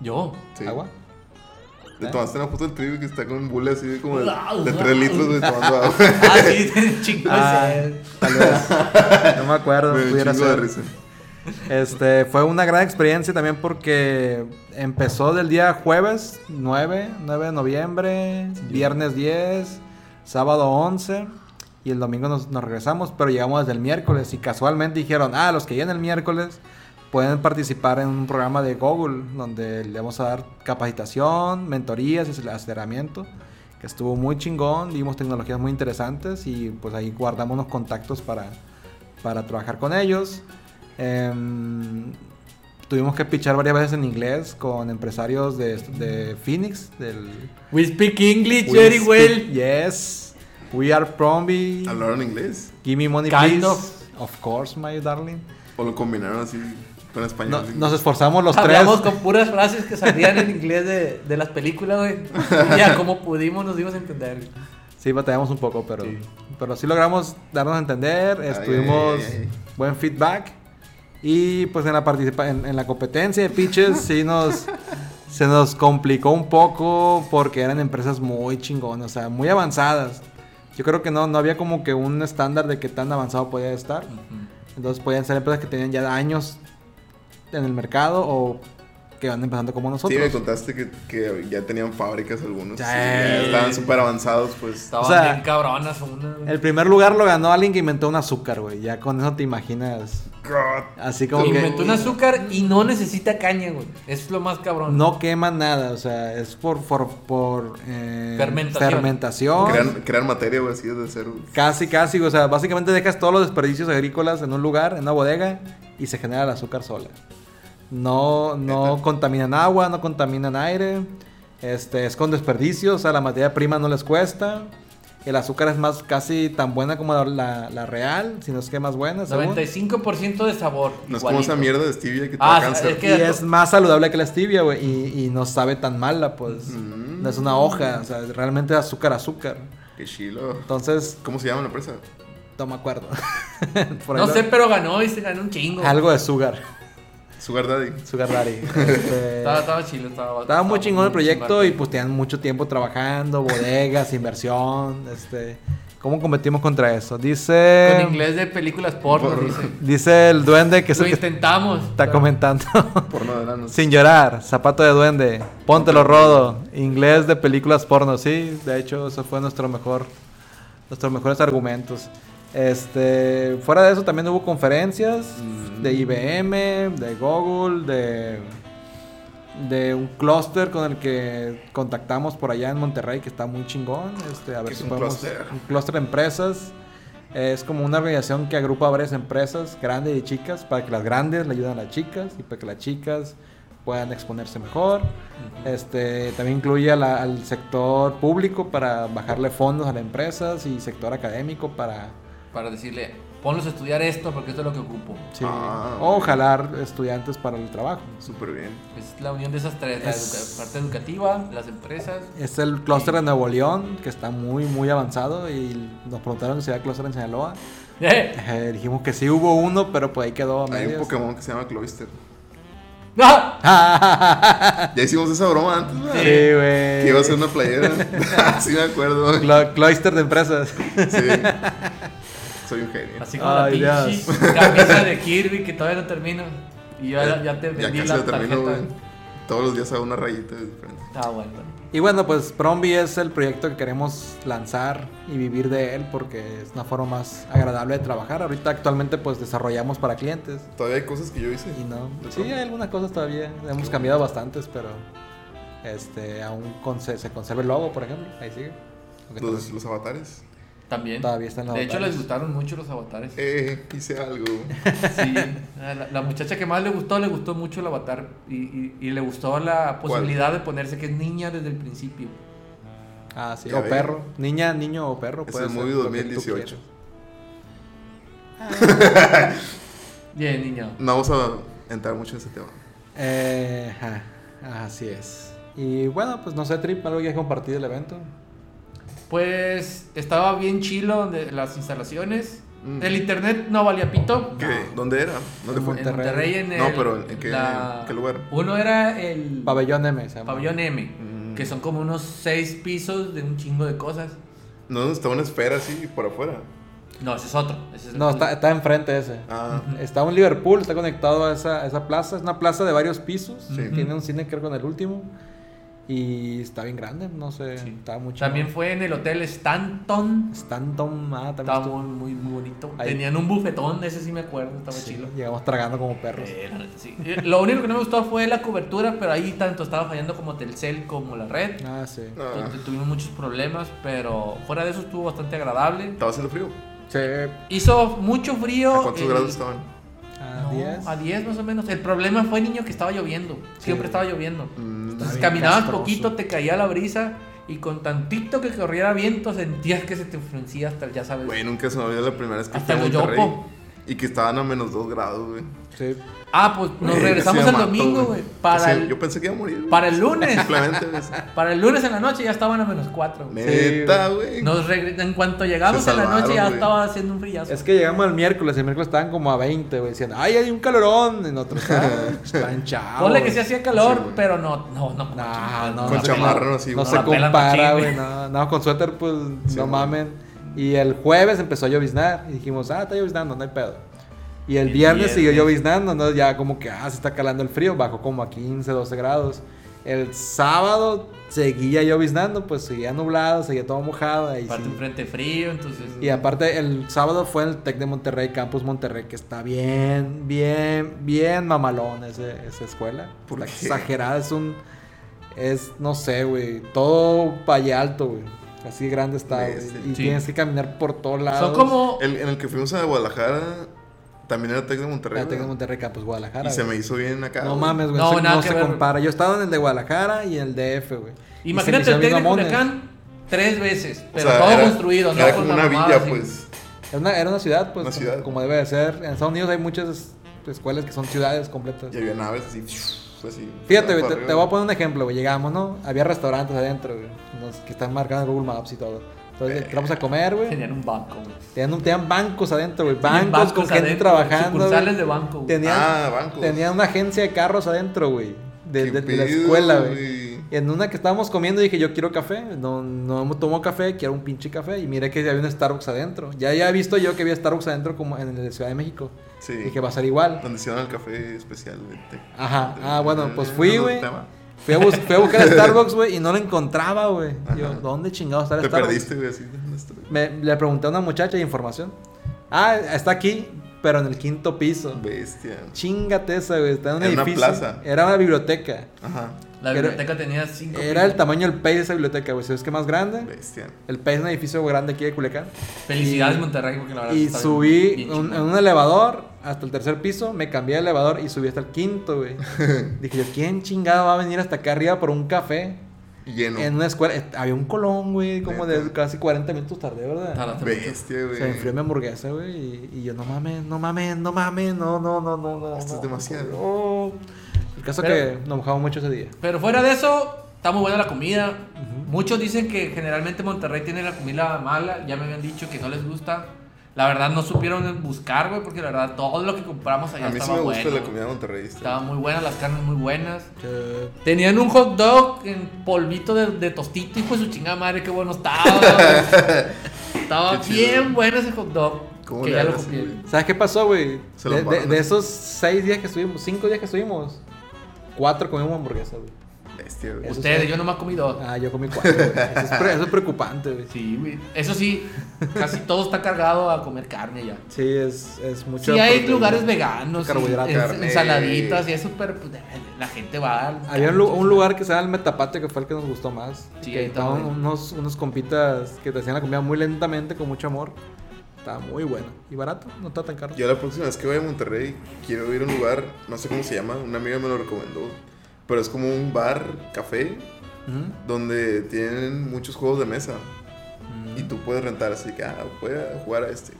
Yo.
Sí.
¿Agua? ¿Eh?
Te tomaste una foto del trigo que está con un bule así de como de,
Wow,
de
wow.
3 litros, güey, tomando agua.
Ah, sí, chingón.
Ah, tal vez. No me acuerdo,
Me dio un
pudiera
chingo de
ser.
risa.
Este, fue una gran experiencia también porque empezó del día jueves 9, 9 de noviembre, viernes 10, sábado 11 y el domingo nos, nos regresamos, pero llegamos desde el miércoles y casualmente dijeron, ah, los que lleguen el miércoles pueden participar en un programa de Google donde le vamos a dar capacitación, mentorías y aceleramiento. Que estuvo muy chingón, vimos tecnologías muy interesantes y pues ahí guardamos los contactos para, para trabajar con ellos. Em, tuvimos que pichar varias veces en inglés con empresarios de, de Phoenix, del...
We speak English very well.
Yes. We are Prombi.
¿Hablaron inglés?
Give me money,
Kind
please.
of.
Of course, my darling.
¿O lo combinaron así con español?
No- nos esforzamos los
Hablamos
tres.
con puras frases que salían en inglés de, de las películas, güey. Ya, como pudimos, nos dimos a entender. güey.
Sí, batallamos un poco, pero
Sí.
pero sí logramos darnos a entender. Estuvimos
ay, ay, ay.
buen feedback. Y pues en la participa en, en la competencia de pitches sí nos se nos complicó un poco porque eran empresas muy chingonas, o sea, muy avanzadas. Yo creo que no, no había como que un estándar de qué tan avanzado podía estar. Entonces podían ser empresas que tenían ya años en el mercado o que van empezando como
Sí, me
nosotros.
contaste que, que ya tenían fábricas algunos.
Sí.
sí, ya estaban súper avanzados, pues.
Estaban
O sea,
bien cabronas una. güey.
el primer lugar lo ganó alguien que inventó un azúcar, güey. Ya con eso te imaginas.
God.
Así como que
Inventó un azúcar y no necesita caña, güey. Es lo más cabrón.
no quema nada, o sea, es por, por, por, eh,
Fermentación.
fermentación.
Crean, crean materia, güey, así desde cero.
Casi, casi, o sea, básicamente dejas todos los desperdicios agrícolas en un lugar, en una bodega, y se genera el azúcar sola. No, no
Neta.
contaminan agua, no contaminan aire, este, es con desperdicios, o sea, la materia prima no les cuesta. El azúcar es más casi tan buena como la, la- la real, si no es que más buena. según.
95% de sabor.
No es como
igualito.
esa mierda de stevia que te
Ah,
da cáncer.
es
Y
que-
es más saludable que la stevia, güey. Y, y no sabe tan mala, pues.
Mm.
No es una hoja, o sea, realmente es azúcar, azúcar.
Qué chilo.
Entonces,
¿Cómo se llama la empresa?
no me acuerdo. Por ahí
No
lo-
sé, pero ganó y se ganó un chingo.
Algo de azúcar.
Sugar Daddy.
Sugar Daddy. Este,
Estaba, estaba chido, estaba
estaba muy chingón el
muy
proyecto
chingón.
y pues tenían mucho tiempo trabajando, bodegas, inversión, este... ¿Cómo competimos contra eso? Dice...
Con inglés de películas porno,
Por-
dice.
Dice el duende eh, que es
Lo
el que
intentamos.
está comentando.
Porno de enanos.
Sin llorar, zapato de duende, póntelo rodo, inglés de películas porno, sí, de hecho eso fue nuestro mejor, nuestros mejores argumentos. Este, fuera de eso también hubo conferencias de IBM, de Google, de, de un clúster con el que contactamos por allá en Monterrey que está muy chingón, este, a ver
es
si
un
podemos
clúster?
un clúster de empresas. Eh, Es como una organización que agrupa varias empresas, grandes y chicas, para que las grandes le ayuden a las chicas y para que las chicas puedan exponerse mejor. Este, también incluye a la- al sector público para bajarle fondos a las empresas y sector académico para...
Para decirle, ponlos a estudiar esto porque esto es lo que ocupo.
sí,
Ah,
o
ok.
jalar estudiantes para el trabajo.
Súper bien.
Es la unión de esas tres, la
Es-
educa- parte educativa, las empresas.
Es el clúster de Nuevo León, que está muy, muy avanzado y nos preguntaron si había clúster en Sinaloa.
¡Eh!
Eh, dijimos que sí hubo uno, pero pues ahí quedó a
Hay un
medias.
Pokémon que se llama Cloyster.
¡No! Ah.
Ya hicimos esa broma antes, güey.
Sí, güey.
Que iba a ser una playera. sí, me acuerdo.
Clo- cloister de empresas.
Sí. Soy un genio.
Así como
Ay,
la
Dios.
pinche camisa de Kirby que todavía no termino. Y yo ya, ya te
Ya
vendí
casi
la
lo termino,
tarjeta.
güey. Todos los días hago una rayita diferente.
Está bueno.
Y bueno, pues Prombi es el proyecto que queremos lanzar y vivir de él porque es una forma más agradable de trabajar. Ahorita actualmente pues desarrollamos para clientes
Todavía hay cosas que yo hice.
y no.
¿De
Sí,
Prombi?
hay algunas cosas todavía. Hemos cambiado bastantes, pero este aún con- se, se conserva el logo, por ejemplo. Ahí sigue. Aunque
Los, los avatares.
También.
Todavía están los
de hecho,
avatares.
les gustaron mucho los avatares.
Eh, hice algo.
Sí, la, la muchacha que más le gustó, le gustó mucho el avatar y, y- y le gustó la posibilidad de ponerse que es niña desde el principio.
Ah, sí.
Ya
O
ven.
perro. Niña, niño o perro.
Es
puede
el
ser
movie
lo que tú
2018.
quieras.
Bien, niño.
No vamos a entrar mucho en ese tema.
Eh, ajá, así es. Y bueno, pues no sé, Trip, algo que has compartido del evento.
Pues estaba bien chilo de las instalaciones.
Mm.
El internet no valía pito.
¿Qué? ¿Dónde era? ¿Dónde fue?
En Monterrey, en el,
No, pero ¿en qué-
la-
qué lugar?
Uno era el
Pabellón M, se llama.
pabellón M,
Mm.
que son como unos seis pisos de un chingo de cosas.
No, está una esfera así por afuera.
No, ese es otro. ese es
No,
el-
está, está enfrente ese.
Ah,
Está un Liverpool, está conectado a esa, a esa plaza. Es una plaza de varios pisos.
Sí.
Tiene un cine, creo, con el último. Y está bien grande, no sé.
Sí.
Está mucho.
También fue en el hotel Stanton.
Stanton, ah, también
Estaba
estuvo-
muy, muy, muy bonito.
Ahí.
Tenían un bufetón, ese sí me acuerdo, estaba
Sí,
chilo.
Llegamos tragando como perros.
Eh, la neta, sí. Eh, Lo único que no me gustó fue la cobertura, pero ahí tanto estaba fallando como Telcel como la red.
Ah, sí.
no.
Entonces, tuvimos muchos problemas, pero fuera de eso estuvo bastante agradable.
Estaba haciendo frío.
Sí,
Hizo mucho frío.
¿A cuántos
el-
eh,
grados estaban?
a
No, Ah.
10.
a 10 más o menos. El problema fue, niño, que estaba lloviendo. Siempre
Sí.
estaba lloviendo.
Mm,
Está bien
Caminabas
castroso.
poquito, te caía la brisa y con tantito que corriera viento sentías que se te fruncía hasta el, ya sabes.
Güey, nunca se me olvidó la primera vez que fui
Hasta
a
el Yoyopo.
Monterrey. Y que estaban a menos 2 grados, güey.
Sí.
Ah, pues nos
Güey,
regresamos
casi
el
me mato,
domingo, güey.
O
Para,
sea,
el-
Yo pensé que iba a morir. güey.
para el lunes.
Simplemente, güey.
para el lunes en la noche ya estaban a menos 4.
Neta, güey.
Nos regre- en cuanto llegamos
Se
en la noche ya
salvaron, güey.
estaba haciendo un frillazo.
Es que llegamos el miércoles y el miércoles estaban como a 20, güey. Decían, ay, hay un calorón. En otros, "Ah, están chavos.
Ponle que sí hacía calor,
Sí, güey.
pero no, no, no. como
Nah,
aquí,
no,
Con
no,
la
chamarra,
pela-
así,
No
güey.
se
La pelan
compara,
machín,
güey. No, no, con suéter, pues
Sí,
no
güey.
mamen. Y el jueves empezó a lloviznar. Y dijimos, ah, está lloviznando, no hay pedo. Y el,
El
viernes, siguió
viernes.
lloviznando, ¿no? Ya como que, ah, se está calando el frío. Bajó como a 15, 12 grados. El sábado seguía lloviznando, pues seguía nublado, seguía todo mojado. ahí
Aparte
sí.
un frente frío, entonces.
Y aparte, el sábado fue el Tec de Monterrey, Campus Monterrey, que está bien, bien, bien mamalón ese- esa escuela.
¿Por
Está
qué?
exagerada, es un. Es, no sé, güey. Todo valle alto, güey. Así grande está, güey.
Bestia.
Y
Sí.
tienes que caminar por todos lados.
Son como.
El- en el que fuimos a Guadalajara, también era Tec de Monterrey.
La Tec de
¿verdad?
Monterrey, Campus Guadalajara.
Y se me
güey.
hizo bien acá.
No
güey.
mames, güey.
No,
No, se,
nada
no
que
se
ver, güey.
compara. Yo estaba en el de Guadalajara y en el DF, güey. Y
Imagínate
se
el
me hicieron bien
Tec de
mamones.
Culiacán tres veces,
O
pero
sea,
todo
era-
construido, ¿no?
Era
Con la
como una
mamada,
villa,
así.
pues.
Era una, era una ciudad, pues.
Una
como-
ciudad.
como debe de ser. En Estados Unidos hay muchas escuelas que son ciudades completas.
Y había naves así. así para
Fíjate, güey, te,
arriba.
te voy a poner un ejemplo, güey. Llegamos, ¿no? Había restaurantes adentro, güey. nos- que están marcados en Google Maps y todo. Entonces entramos a comer, güey.
Tenían un banco, güey.
Tenían, un- tenían bancos adentro, güey. Bancos,
Tenían
con
bancos
gente
adentro,
trabajando.
Sucursales
güey.
de banco, güey.
Tenían,
Ah, bancos.
tenían una agencia de carros adentro, güey. De,
Qué
de- de la
pedo,
escuela, güey.
güey.
En una que estábamos comiendo dije, yo quiero café. No, no hemos tomado café, quiero un pinche café. Y miré que había un Starbucks adentro. Ya había visto yo que había Starbucks adentro como en la Ciudad de México.
Sí.
Dije, va a ser igual.
Donde hicieron el café especial de Tec.
Ajá. Ah, bueno, pues
Eh,
fui,
otro
güey.
tema.
Fui a, bus- fui a buscar a Starbucks, güey, y no lo encontraba, güey. Yo,
Ajá.
¿dónde chingado está el
Te
Starbucks?
perdiste, güey, así. ¿dónde está?
Me, le pregunté a una muchacha de información. Ah, está aquí, pero en el quinto piso.
Bestia.
Chingate esa, güey. Está en un
Era una
edificio.
plaza.
Era una biblioteca.
Ajá.
La
Era-
biblioteca tenía cinco.
Era el tamaño del país de esa biblioteca, güey. ¿Sabes qué más grande?
Bestia.
El país es un edificio grande aquí de Culiacán.
Felicidades,
Y-
Monterrey, porque la verdad.
Y
está bien-
subí
bien
un-
chingón.
en un elevador hasta el tercer piso, me cambié de elevador y subí hasta el quinto, güey. Dije yo, ¿quién chingado va a venir hasta acá arriba por un café?
Lleno.
En una escuela, est- había un colón, güey, como de
Neta.
casi 40 minutos tarde, ¿verdad?
Tardaste mucho.
Bestia, güey.
Se me enfrió mi hamburguesa, güey, y, y yo, no mames, no mames, no mames, no, no, no, no, no.
Esto es
no,
demasiado.
no. El caso
Pero-
que nos mojamos mucho ese día.
Pero fuera de eso, está muy buena la comida. Muchos dicen que generalmente Monterrey tiene la comida mala. Ya me habían dicho que no les gusta. La verdad, no supieron buscar, güey, porque la verdad, todo lo que compramos allá
A mí sí
estaba
me gusta
bueno.
la comida de Monterrey. está.
Estaba muy buena, las carnes muy buenas. Tenían un hot dog en polvito de, de tostito, hijo de su chingada madre, qué bueno estaba. güey. estaba
Qué chido.
bien bueno ese hot dog.
¿Cómo
que
le
ya lo
haces,
copié.
güey?
¿Sabes qué pasó, güey?
Se lo
De, de-
embarran.
de esos seis días que estuvimos, cinco días que estuvimos, cuatro comimos hamburguesa, güey.
Bestia, güey.
Eso
Ustedes,
sí.
yo nomás comí dos.
Ah, yo comí cuatro, güey. Eso, es pre- eso es preocupante, güey.
Sí, güey. Eso sí, casi todo está cargado a comer carne ya.
Sí, es, es mucho.
Sí, hay
proteína.
lugares veganos, y
Carbohidratos.
ens-
Carne.
ensaladitas y es súper. pues, La gente va. al-
Había un, lu- un lugar que se llama el Metapatio que fue el que nos gustó más.
Sí,
que
ahí está,
estaban
güey.
unos, unos compitas que te hacían la comida muy lentamente, con mucho amor. Estaba muy bueno. Y barato, no está tan caro.
Yo la próxima vez que vaya a Monterrey quiero ir a un lugar, no sé cómo se llama, una amiga me lo recomendó, pero es como un bar, café,
Ujú.
donde tienen muchos juegos de mesa. Y tú puedes rentar, así que, ah, voy a jugar a este.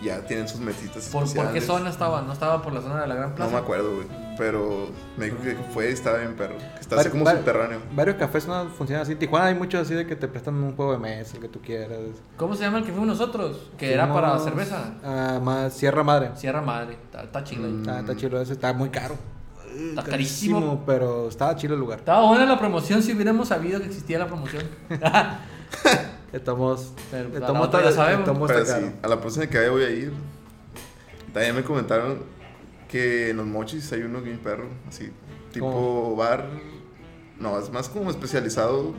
Ya tienen sus mesitas
¿Por, por qué
especiales.
zona estaba? ¿No estaba por la zona de la Gran
No
Plaza?
me acuerdo, güey. Pero me dijo que fue y estaba bien perro. Que está así
Vari-
como
vari-
subterráneo.
Varios cafés no funcionan así. En Tijuana hay muchos así de que te prestan un juego de mesa, el que tú quieras.
¿Cómo se llama el que fuimos nosotros? Que era para
Fuimos
cerveza.
a Ma- ah, Sierra Madre.
Sierra Madre. Está, está chido.
Mm.
Está, está chido ese, está muy caro.
Está carísimo.
Pero estaba chido el lugar.
Estaba buena la promoción si hubiéramos sabido que existía la promoción.
Estamos.
Pero
estamos
la otra ya
está-
sabemos.
estamos
Pero
está
sí,
caro.
a la próxima que vaya voy a ir. También me comentaron que en los mochis hay uno bien perro, así, tipo
¿Cómo?
bar. No, es más como especializado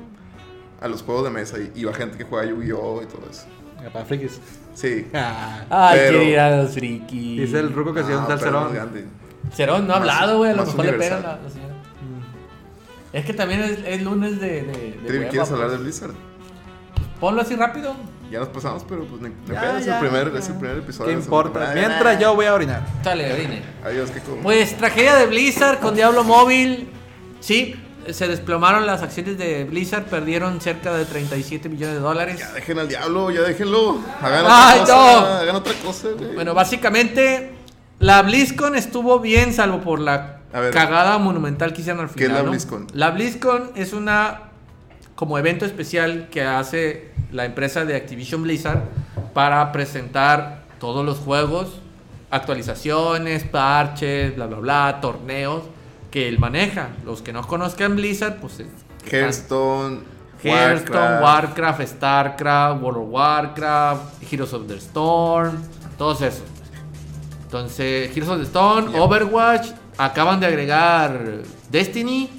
a los juegos de mesa y, y va gente que juega Yu-Gi-Oh! y todo eso.
Para frikis.
Sí.
Ah,
Ay,
Pero-
quiero ir a los friki.
dice el ruco que se llama
Ah,
tal
pero más
salón.
grande.
Cerón no ha
Más-
hablado, güey. A lo
más
mejor le
universal.
pegan la, la señora. Es que también es, es lunes de. de, de
Trivi,
hueva,
¿quieres hablar de
pues.
Blizzard?
Ponlo así rápido.
Ya nos pasamos, pero pues ni, ni
Ya,
pedo, es,
ya,
el primer,
ya.
es el primer episodio.
¿Qué
de la
importa?
segunda temporada.
Mientras yo voy a orinar.
Dale, Brine.
Adiós, qué cool.
Pues tragedia de Blizzard con Diablo Móvil. Sí, se desplomaron las acciones de Blizzard. Perdieron cerca de 37 millones de dólares.
Ya dejen al diablo, ya déjenlo. Hagan
Ay,
otra cosa.
no.
Hagan otra cosa, güey.
Bueno, básicamente la BlizzCon estuvo bien, salvo por la
A ver.
cagada monumental que hicieron al
¿Qué
final.
es la
¿no?
BlizzCon?
La BlizzCon es una como evento especial que hace la empresa de Activision Blizzard para presentar todos los juegos, actualizaciones, parches, bla bla bla, torneos que él maneja. Los que no conozcan Blizzard, pues es-
Hearthstone,
Hearthstone,
Warcraft.
Warcraft, Starcraft, World of Warcraft, Heroes of the Storm, todos esos. Entonces, Heroes of the Storm,
Ya.
Overwatch, acaban de agregar Destiny,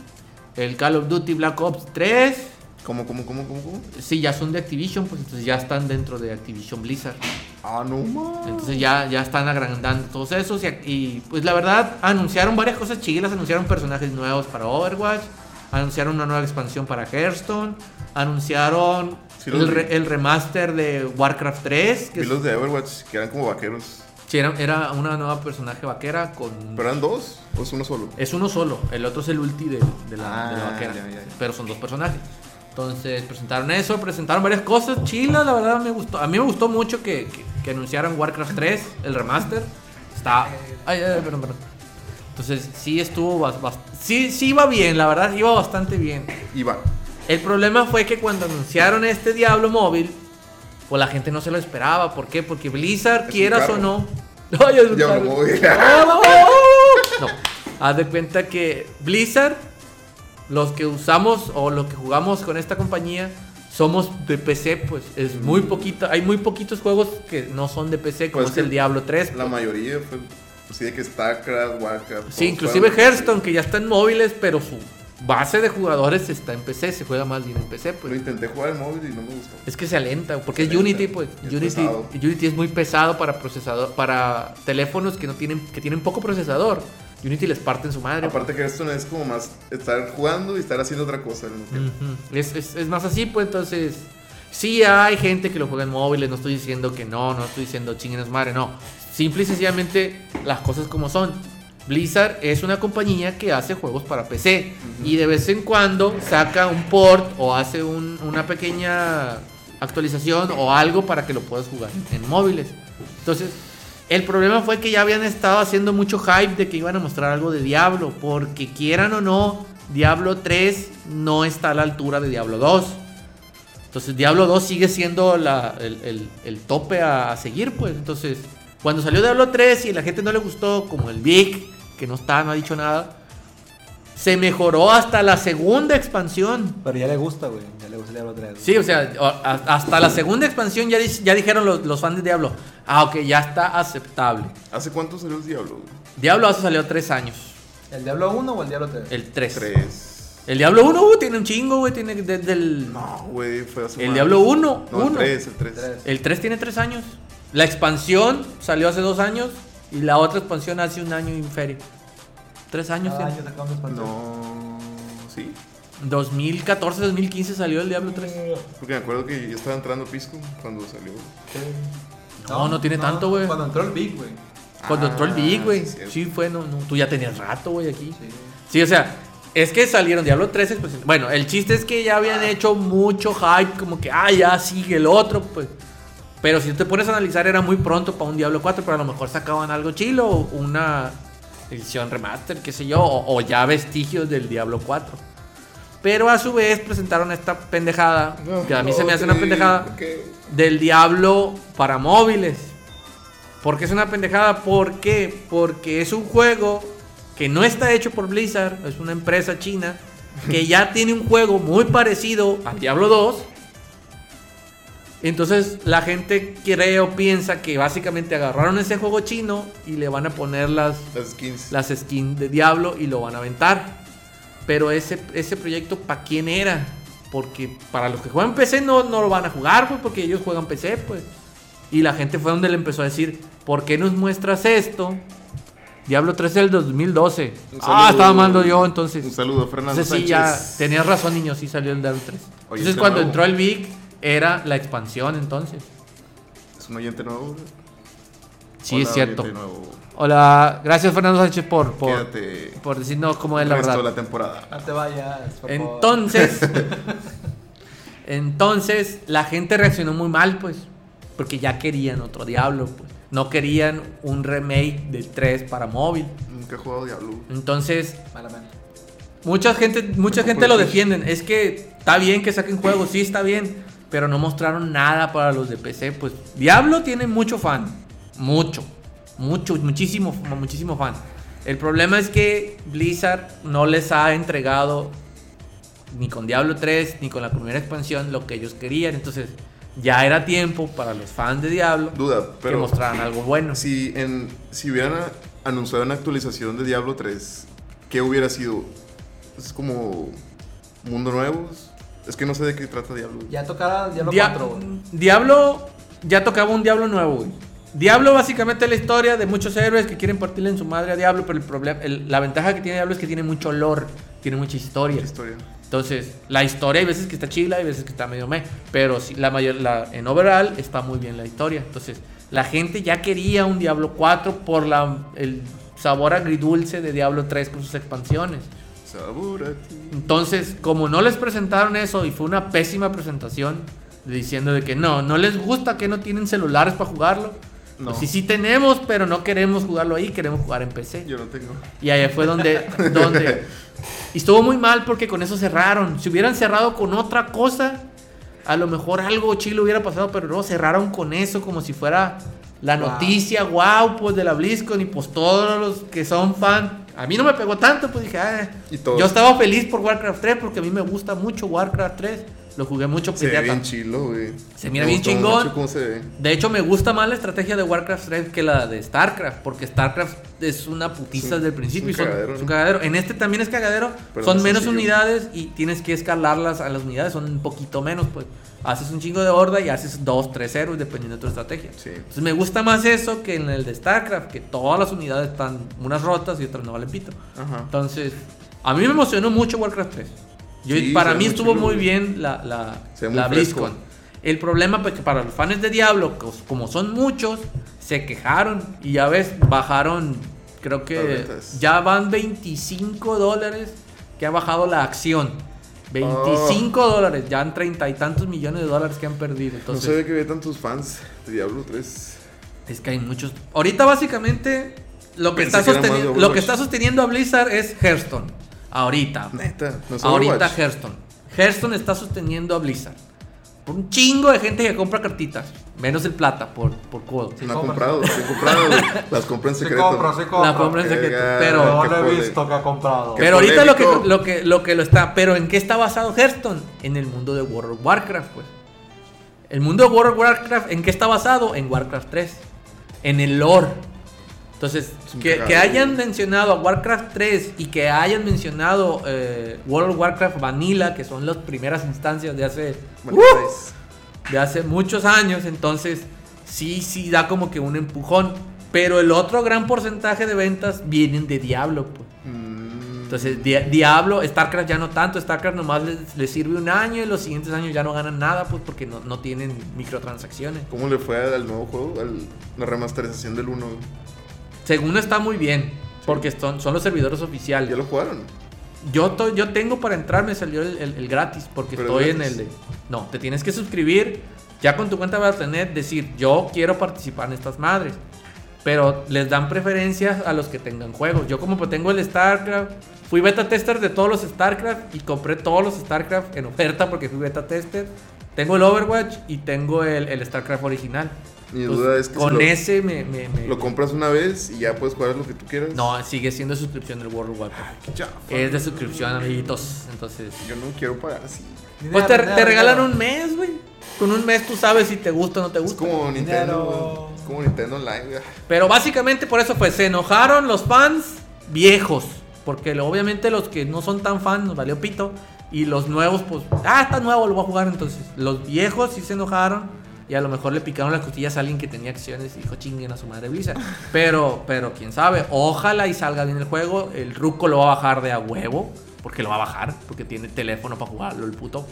el Call of Duty Black Ops 3.
¿Cómo, cómo, cómo, cómo, cómo?
Sí, ya son de Activision, pues entonces ya están dentro de Activision Blizzard.
Ah, no más.
Entonces ya, ya están agrandando todos esos. Y, y, pues la verdad, anunciaron varias cosas chiquilas. Anunciaron personajes nuevos para Overwatch. Anunciaron una nueva expansión para Hearthstone. Anunciaron
Sí, los
el,
vi.
re- el remaster de Warcraft 3. Que
Vi
es-
los de Overwatch que eran como vaqueros.
sí, era, era una nueva personaje vaquera con...
¿Pero eran dos o es uno solo?
Es uno solo, el otro es el ulti de, de la, de la
Ah,
vaquera.
ya, ya, ya.
Pero son dos personajes. Entonces presentaron eso, presentaron varias cosas chilas, la verdad me gustó. A mí me gustó mucho que, que- que anunciaran Warcraft 3, el remaster. Está. Ay, ay, perdón, perdón. Entonces sí estuvo bas- bas- sí, sí iba bien, la verdad iba bastante bien.
Y va.
El problema fue que cuando anunciaron este Diablo móvil, pues la gente no se lo esperaba. ¿Por qué? Porque Blizzard,
Es un
quieras o
carro.
no. Ay, es un
Diablo
carro.
móvil.
No, no, no. haz de cuenta que Blizzard, los que usamos o los que jugamos con esta compañía, somos de PC, pues es muy poquito. Hay muy poquitos juegos que no son de PC, como
Pues
es
que
el Diablo 3.
La mayoría fue así de que StarCraft, Warcraft.
Sí,
todos
inclusive
fueron-
Hearthstone, que ya está en móviles, pero su base de jugadores está en PC, se juega más bien en PC, pues.
Lo intenté jugar en móvil y no me gustó.
Es que se alenta, porque
Se
es Unity,
alenta,
pues.
es
Unity,
pesado.
Unity es muy pesado para procesador, para teléfonos que no tienen, que tienen poco procesador. Unity les parte en su madre.
Aparte que Hearthstone es como más estar jugando y estar haciendo otra cosa. ¿no?
Ujú. es, es- es más así, pues entonces. Sí hay gente que lo juega en móviles, no estoy diciendo que no, no estoy diciendo chinguenos madre, no. Simple y sencillamente las cosas como son. Blizzard es una compañía que hace juegos para PC y de vez en cuando saca un port o hace un- una pequeña actualización o algo para que lo puedas jugar en móviles. Entonces, el problema fue que ya habían estado haciendo mucho hype de que iban a mostrar algo de Diablo, porque quieran o no, Diablo 3 no está a la altura de Diablo 2. Entonces Diablo 2 sigue siendo la- el, el- el tope a, a seguir, pues. Entonces, cuando salió Diablo 3 y la gente no le gustó, como el Vic, que no está, no ha dicho nada, se mejoró hasta la segunda expansión.
Pero ya le gusta, güey. Ya le gusta el Diablo 3.
Sí, o sea, o- a- hasta la segunda expansión ya, di- ya dijeron los, los fans de Diablo, ah, ok, ya está aceptable.
¿Hace cuánto salió el Diablo? güey?
Diablo hace salió tres años.
¿El Diablo 1 o el Diablo 3?
El 3.
Tres.
El Diablo 1 uh, tiene un chingo, güey. Tiene desde el.
No, güey, fue hace
El
más.
Diablo uno,
No, el
uno.
tres, el tres.
Tres.
El 3 tiene 3 años. La expansión salió hace 2 años. Y la otra expansión hace un año inferior. 3 años
Cada
tiene.
año sacamos expansión.
No, sí.
2014, 2015 salió el Diablo 3.
Porque me acuerdo que yo estaba entrando a Pisco cuando salió.
No, no tiene tanto, güey.
Cuando entró el Big, güey.
Cuando entró el
Ah,
Big, güey.
sí,
Sí, fue, no, no. Tú ya tenías rato, güey, aquí.
Sí.
Sí, o sea, Es que salieron Diablo 3 expansión. Bueno, el chiste es que ya habían hecho mucho hype, como que, ah, ya sigue el otro, pues. Pero si te pones a analizar, era muy pronto para un Diablo 4, pero a lo mejor sacaban algo chilo, o una edición remaster, qué sé yo, o, o ya vestigios del Diablo 4. Pero a su vez presentaron esta pendejada, que a mí se me hace una pendejada, del Diablo para móviles. ¿Por qué es una pendejada? ¿Por qué? Porque es un juego que no está hecho por Blizzard, es una empresa china que ya tiene un juego muy parecido al Diablo 2. Entonces la gente cree o piensa que básicamente agarraron ese juego chino y le van a poner las,
Las skins.
las skins de Diablo y lo van a aventar. Pero ese, ese proyecto, ¿para quién era? Porque para los que juegan PC no, no lo van a jugar, pues, porque ellos juegan PC, pues. Y la gente fue donde le empezó a decir, ¿por qué nos muestras esto? Diablo 3 del 2012.
Un
Ah,
saludo.
estaba mando yo entonces.
Un saludo, Fernando
Entonces sí,
Sánchez.
ya tenías razón, niño, sí salió el Diablo 3.
Oye,
entonces
este
cuando
nuevo.
entró el Big era la expansión entonces.
Es un oyente nuevo. güey.
Sí,
Hola,
es cierto.
oyente nuevo.
Hola, gracias Fernando Sánchez por, por,
Quédate
por decirnos cómo es
el
la
resto
verdad.
de la temporada.
No Ah, te vayas. por favor.
Entonces, entonces la gente reaccionó muy mal, pues, porque ya querían otro Diablo, pues. No querían un remake del 3 para móvil.
Nunca he jugado Diablo.
Entonces,
Malamente.
mucha gente, mucha
Pero
gente lo
por-
defienden. Es que está bien que saquen juegos, sí está bien, pero no mostraron nada para los de PC, pues. Diablo tiene mucho fan, mucho, mucho, muchísimo, muchísimo fan. El problema es que Blizzard no les ha entregado ni con Diablo 3 ni con la primera expansión lo que ellos querían, entonces ya era tiempo para los fans de Diablo
Duda,
que
pero
mostraran algo bueno.
si, en, si hubieran a- anunciado una actualización de Diablo 3, ¿qué hubiera sido? Es como mundo nuevo. Es que no sé de qué trata Diablo.
Ya tocará Diablo
Dia-
4. güey.
Diablo ya tocaba un Diablo nuevo, güey. Diablo básicamente es la historia de muchos héroes que quieren partirle en su madre a Diablo, pero el problema, el- la ventaja que tiene Diablo es que tiene mucho lore, tiene mucha historia.
¿Qué historia?
Entonces, la historia hay veces que está chila, hay veces que está medio meh, pero sí, la mayor, la, en overall está muy bien la historia. Entonces, la gente ya quería un Diablo 4 por la, el sabor agridulce de Diablo 3 con sus expansiones.
Sabor a ti.
Entonces, como no les presentaron eso y fue una pésima presentación, diciendo de que no, no les gusta que no tienen celulares para jugarlo.
No.
Pues sí, sí tenemos, pero no queremos jugarlo ahí, queremos jugar en PC.
Yo no tengo.
Y ahí fue donde, donde... Y estuvo muy mal porque con eso cerraron. Si hubieran cerrado con otra cosa, a lo mejor algo chilo hubiera pasado, pero no, cerraron con eso como si fuera la
Wow.
noticia, wow, pues de la BlizzCon y pues todos los que son fan. A mí no me pegó tanto, pues dije, ah,
Y todos.
yo estaba feliz por Warcraft 3 porque a mí me gusta mucho Warcraft 3. Lo jugué mucho
Se ve
pirata.
bien chilo, güey.
Se mira
Me
bien
gustó
chingón.
mucho cómo se ve.
De hecho, me gusta más la estrategia de Warcraft 3 que la de StarCraft, porque StarCraft es una putiza
Es un-
desde el principio.
es un
y son-
cagadero,
es un
¿no?
cagadero. En este también es cagadero,
Pero
son
más
menos
sencillo.
unidades y tienes que escalarlas a las unidades, son un poquito menos, pues. Haces un chingo de horda y haces dos, tres héroes, dependiendo de tu estrategia.
Sí.
Entonces me gusta más eso que en el de StarCraft, que todas las unidades están unas rotas y otras no valen pito.
Ajá.
Entonces, a mí me emocionó mucho Warcraft 3. Yo,
Sí,
para
se ve
mí
muy
estuvo
chulo,
muy
güey.
bien la, la,
Se ve muy
la
fresco.
BlizzCon. El problema pues que para los fans de Diablo, cos- como son muchos, se quejaron y ya ves, bajaron, creo
Las
que
ventas.
ya van 25 dólares que ha bajado la acción. 25 dólares, ya han treinta y tantos millones de dólares que han perdido. Entonces,
Oh. no sabía que había tantos fans de Diablo 3.
es que hay muchos. Ahorita básicamente lo que,
Pensé
está,
que era más de
sosteniendo, lo
Overwatch.
que está sosteniendo a Blizzard es Hearthstone. Ahorita.
Neta, no es
ahorita
Overwatch.
Hearthstone. Hearthstone está sosteniendo a Blizzard. Por un chingo de gente que compra cartitas. Menos el plata por, por codo.
No ha
compra.
comprado, sí he comprado. Las compra en
Se
secreto.
compra, se compra.
La compra en
Verga,
secreto.
No
Pero,
qué
lo he
pobre.
visto que ha comprado.
qué
pero ahorita lo que,
polémico.
lo, que, lo que lo está. Pero ¿en qué está basado Hearthstone? En el mundo de World of Warcraft, pues. El mundo de World of Warcraft, ¿en qué está basado? En Warcraft 3. En el lore. Entonces,
Es un
que,
cagadero,
que hayan
güey.
mencionado a Warcraft 3 y que hayan mencionado eh, World of Warcraft Vanilla, que son las primeras instancias de hace,
Bueno,
¡Uh!
pues,
de hace muchos años, entonces sí, sí da como que un empujón. Pero el otro gran porcentaje de ventas vienen de Diablo, pues.
mm,
Entonces, Di- Diablo, StarCraft ya no tanto, StarCraft nomás les, les sirve un año y los siguientes años ya no ganan nada, pues porque no, no tienen microtransacciones.
¿Cómo le fue al, al nuevo juego? Al, la remasterización del 1.
Según está muy bien, porque son, son los servidores
¿Ya
oficiales.
lo jugaron?
Yo, to- yo tengo para entrar, me salió el, el- el gratis, porque
Pero
estoy
gratis.
en el de... No, te tienes que suscribir, ya con tu cuenta de Battle.net, decir, yo quiero participar en estas madres. Pero les dan preferencias a los que tengan juegos. Yo como pues tengo el StarCraft, fui beta tester de todos los StarCraft y compré todos los StarCraft en oferta porque fui beta tester. Tengo el Overwatch y tengo el, el StarCraft original.
Mi
Entonces,
duda es que si
Pues, con
lo-
ese me... me- me-
Lo compras una vez y ya puedes jugar lo que tú quieras.
no, sigue siendo suscripción del World of Warcraft.
Ah, Qué chafa.
Es de suscripción, amiguitos. Entonces.
Yo no quiero pagar así.
Pues te, te regalan un mes, güey. Con un mes tú sabes si te gusta o no te
Es
gusta.
como Nintendo.
Dinero.
güey. Es como Nintendo Online. güey. Ah,
Pero básicamente por eso fue. Se enojaron los fans viejos. Porque lo- obviamente los que no son tan fans nos valió pito. Y los nuevos, pues, ah, está nuevo, lo voy a jugar entonces. Los viejos sí se enojaron. Y a lo mejor le picaron las costillas a alguien que tenía acciones y dijo chinguen a su madre Blizzard. Pero, pero quién sabe, ojalá y salga bien el juego. El Ruco lo va a bajar de a huevo. Porque lo va a bajar, porque tiene teléfono para jugarlo, el puto.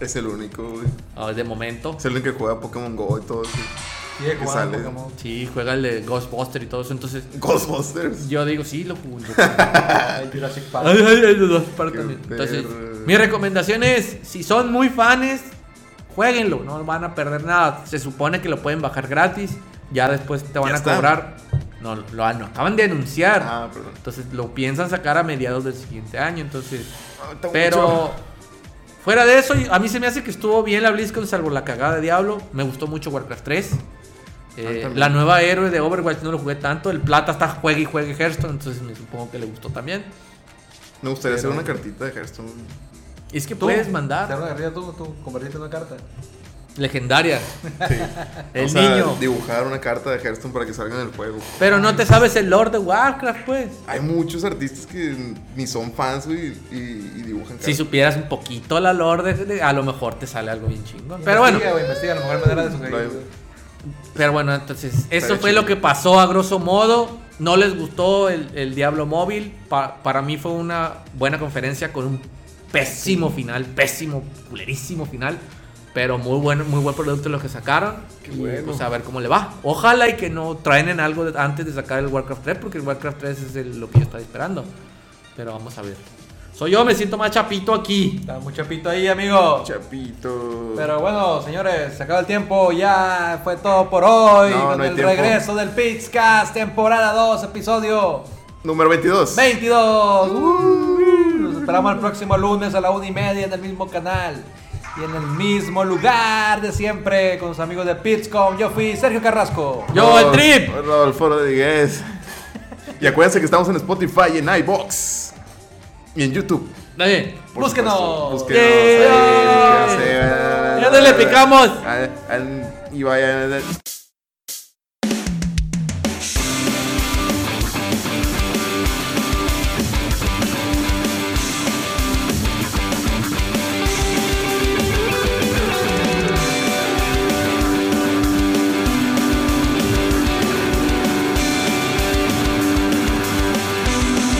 Es el único, güey.
Ah, de momento.
Es el único que juega Pokémon Go y todo eso. que sale.
Sí, juega el de Ghostbuster y todo eso. Entonces,
Ghostbusters.
yo digo, sí, lo jugué.
Jurassic
Ay,
Park.
ay, ay, los dos partan.
Qué
Entonces,
perro.
mi recomendación es, si son muy fans, jueguenlo, no van a perder nada. Se supone que lo pueden bajar gratis, ya después te van
Ya
a
está.
cobrar. No, lo, lo acaban de anunciar.
Ah, perdón.
Entonces, lo piensan sacar a mediados del siguiente año. Entonces,
Ah, está
pero
mucho.
fuera de eso, a mí se me hace que estuvo bien la BlizzCon, salvo la cagada de Diablo. Me gustó mucho Warcraft 3. Eh,
también.
la nueva héroe de Overwatch no lo jugué tanto. El plata está juegue y juegue Hearthstone, entonces me supongo que le gustó también.
Me gustaría hacer
Pero-
una cartita de Hearthstone. güey.
Es que
Tú,
puedes
Te
mandar
hablo de arriba, tú, tú convertiste en una carta.
legendaria. El
O sea,
niño.
Dibujar una carta de Hearthstone para que salga en el juego.
Pero no te sabes el lore de Warcraft, pues.
Hay muchos artistas que ni son fans, güey, y, y
Si
dibujan cartas.
supieras un poquito la lore, de- de- a lo mejor te sale algo bien chingón. Pero bueno,
Investiga, güey, investiga, a lo mejor hay manera de
Vale.
sugerir. güey.
Pero bueno, entonces, eso
Pero
fue
chido.
lo que pasó a grosso modo. No les gustó el, el Diablo Móvil. Pa- para mí fue una buena conferencia con un pésimo final, pésimo, culerísimo final. Pero muy bueno, muy buen producto lo que sacaron.
Qué
y
bueno.
pues a ver cómo le va. Ojalá y que no traenen algo de- antes de sacar el Warcraft 3, porque el Warcraft 3 es el- lo que yo estaba esperando. Pero vamos a ver. Soy yo, me siento más chapito aquí.
Está muy chapito ahí, amigo.
Chapito.
Pero bueno, señores, se acaba el tiempo, ya fue todo por hoy.
No, no
con
hay
el
tiempo.
regreso del Pizcast, temporada 2, episodio
Número 22.
22. Uh, Nos esperamos el próximo lunes a la una y media en el mismo canal y en el mismo lugar de siempre con los amigos de Pizcom. Yo fui Sergio Carrasco.
Yo, el trip.
Rodolfo Rodríguez. Y acuérdense que estamos en Spotify y en iBox. Y en YouTube.
Dale.
por
Búsquenos.
supuesto. Búsquenos.
Yeah.
ahí, búsquenos, ahí.
Ya no le picamos.
Ah, ah, Y vayan.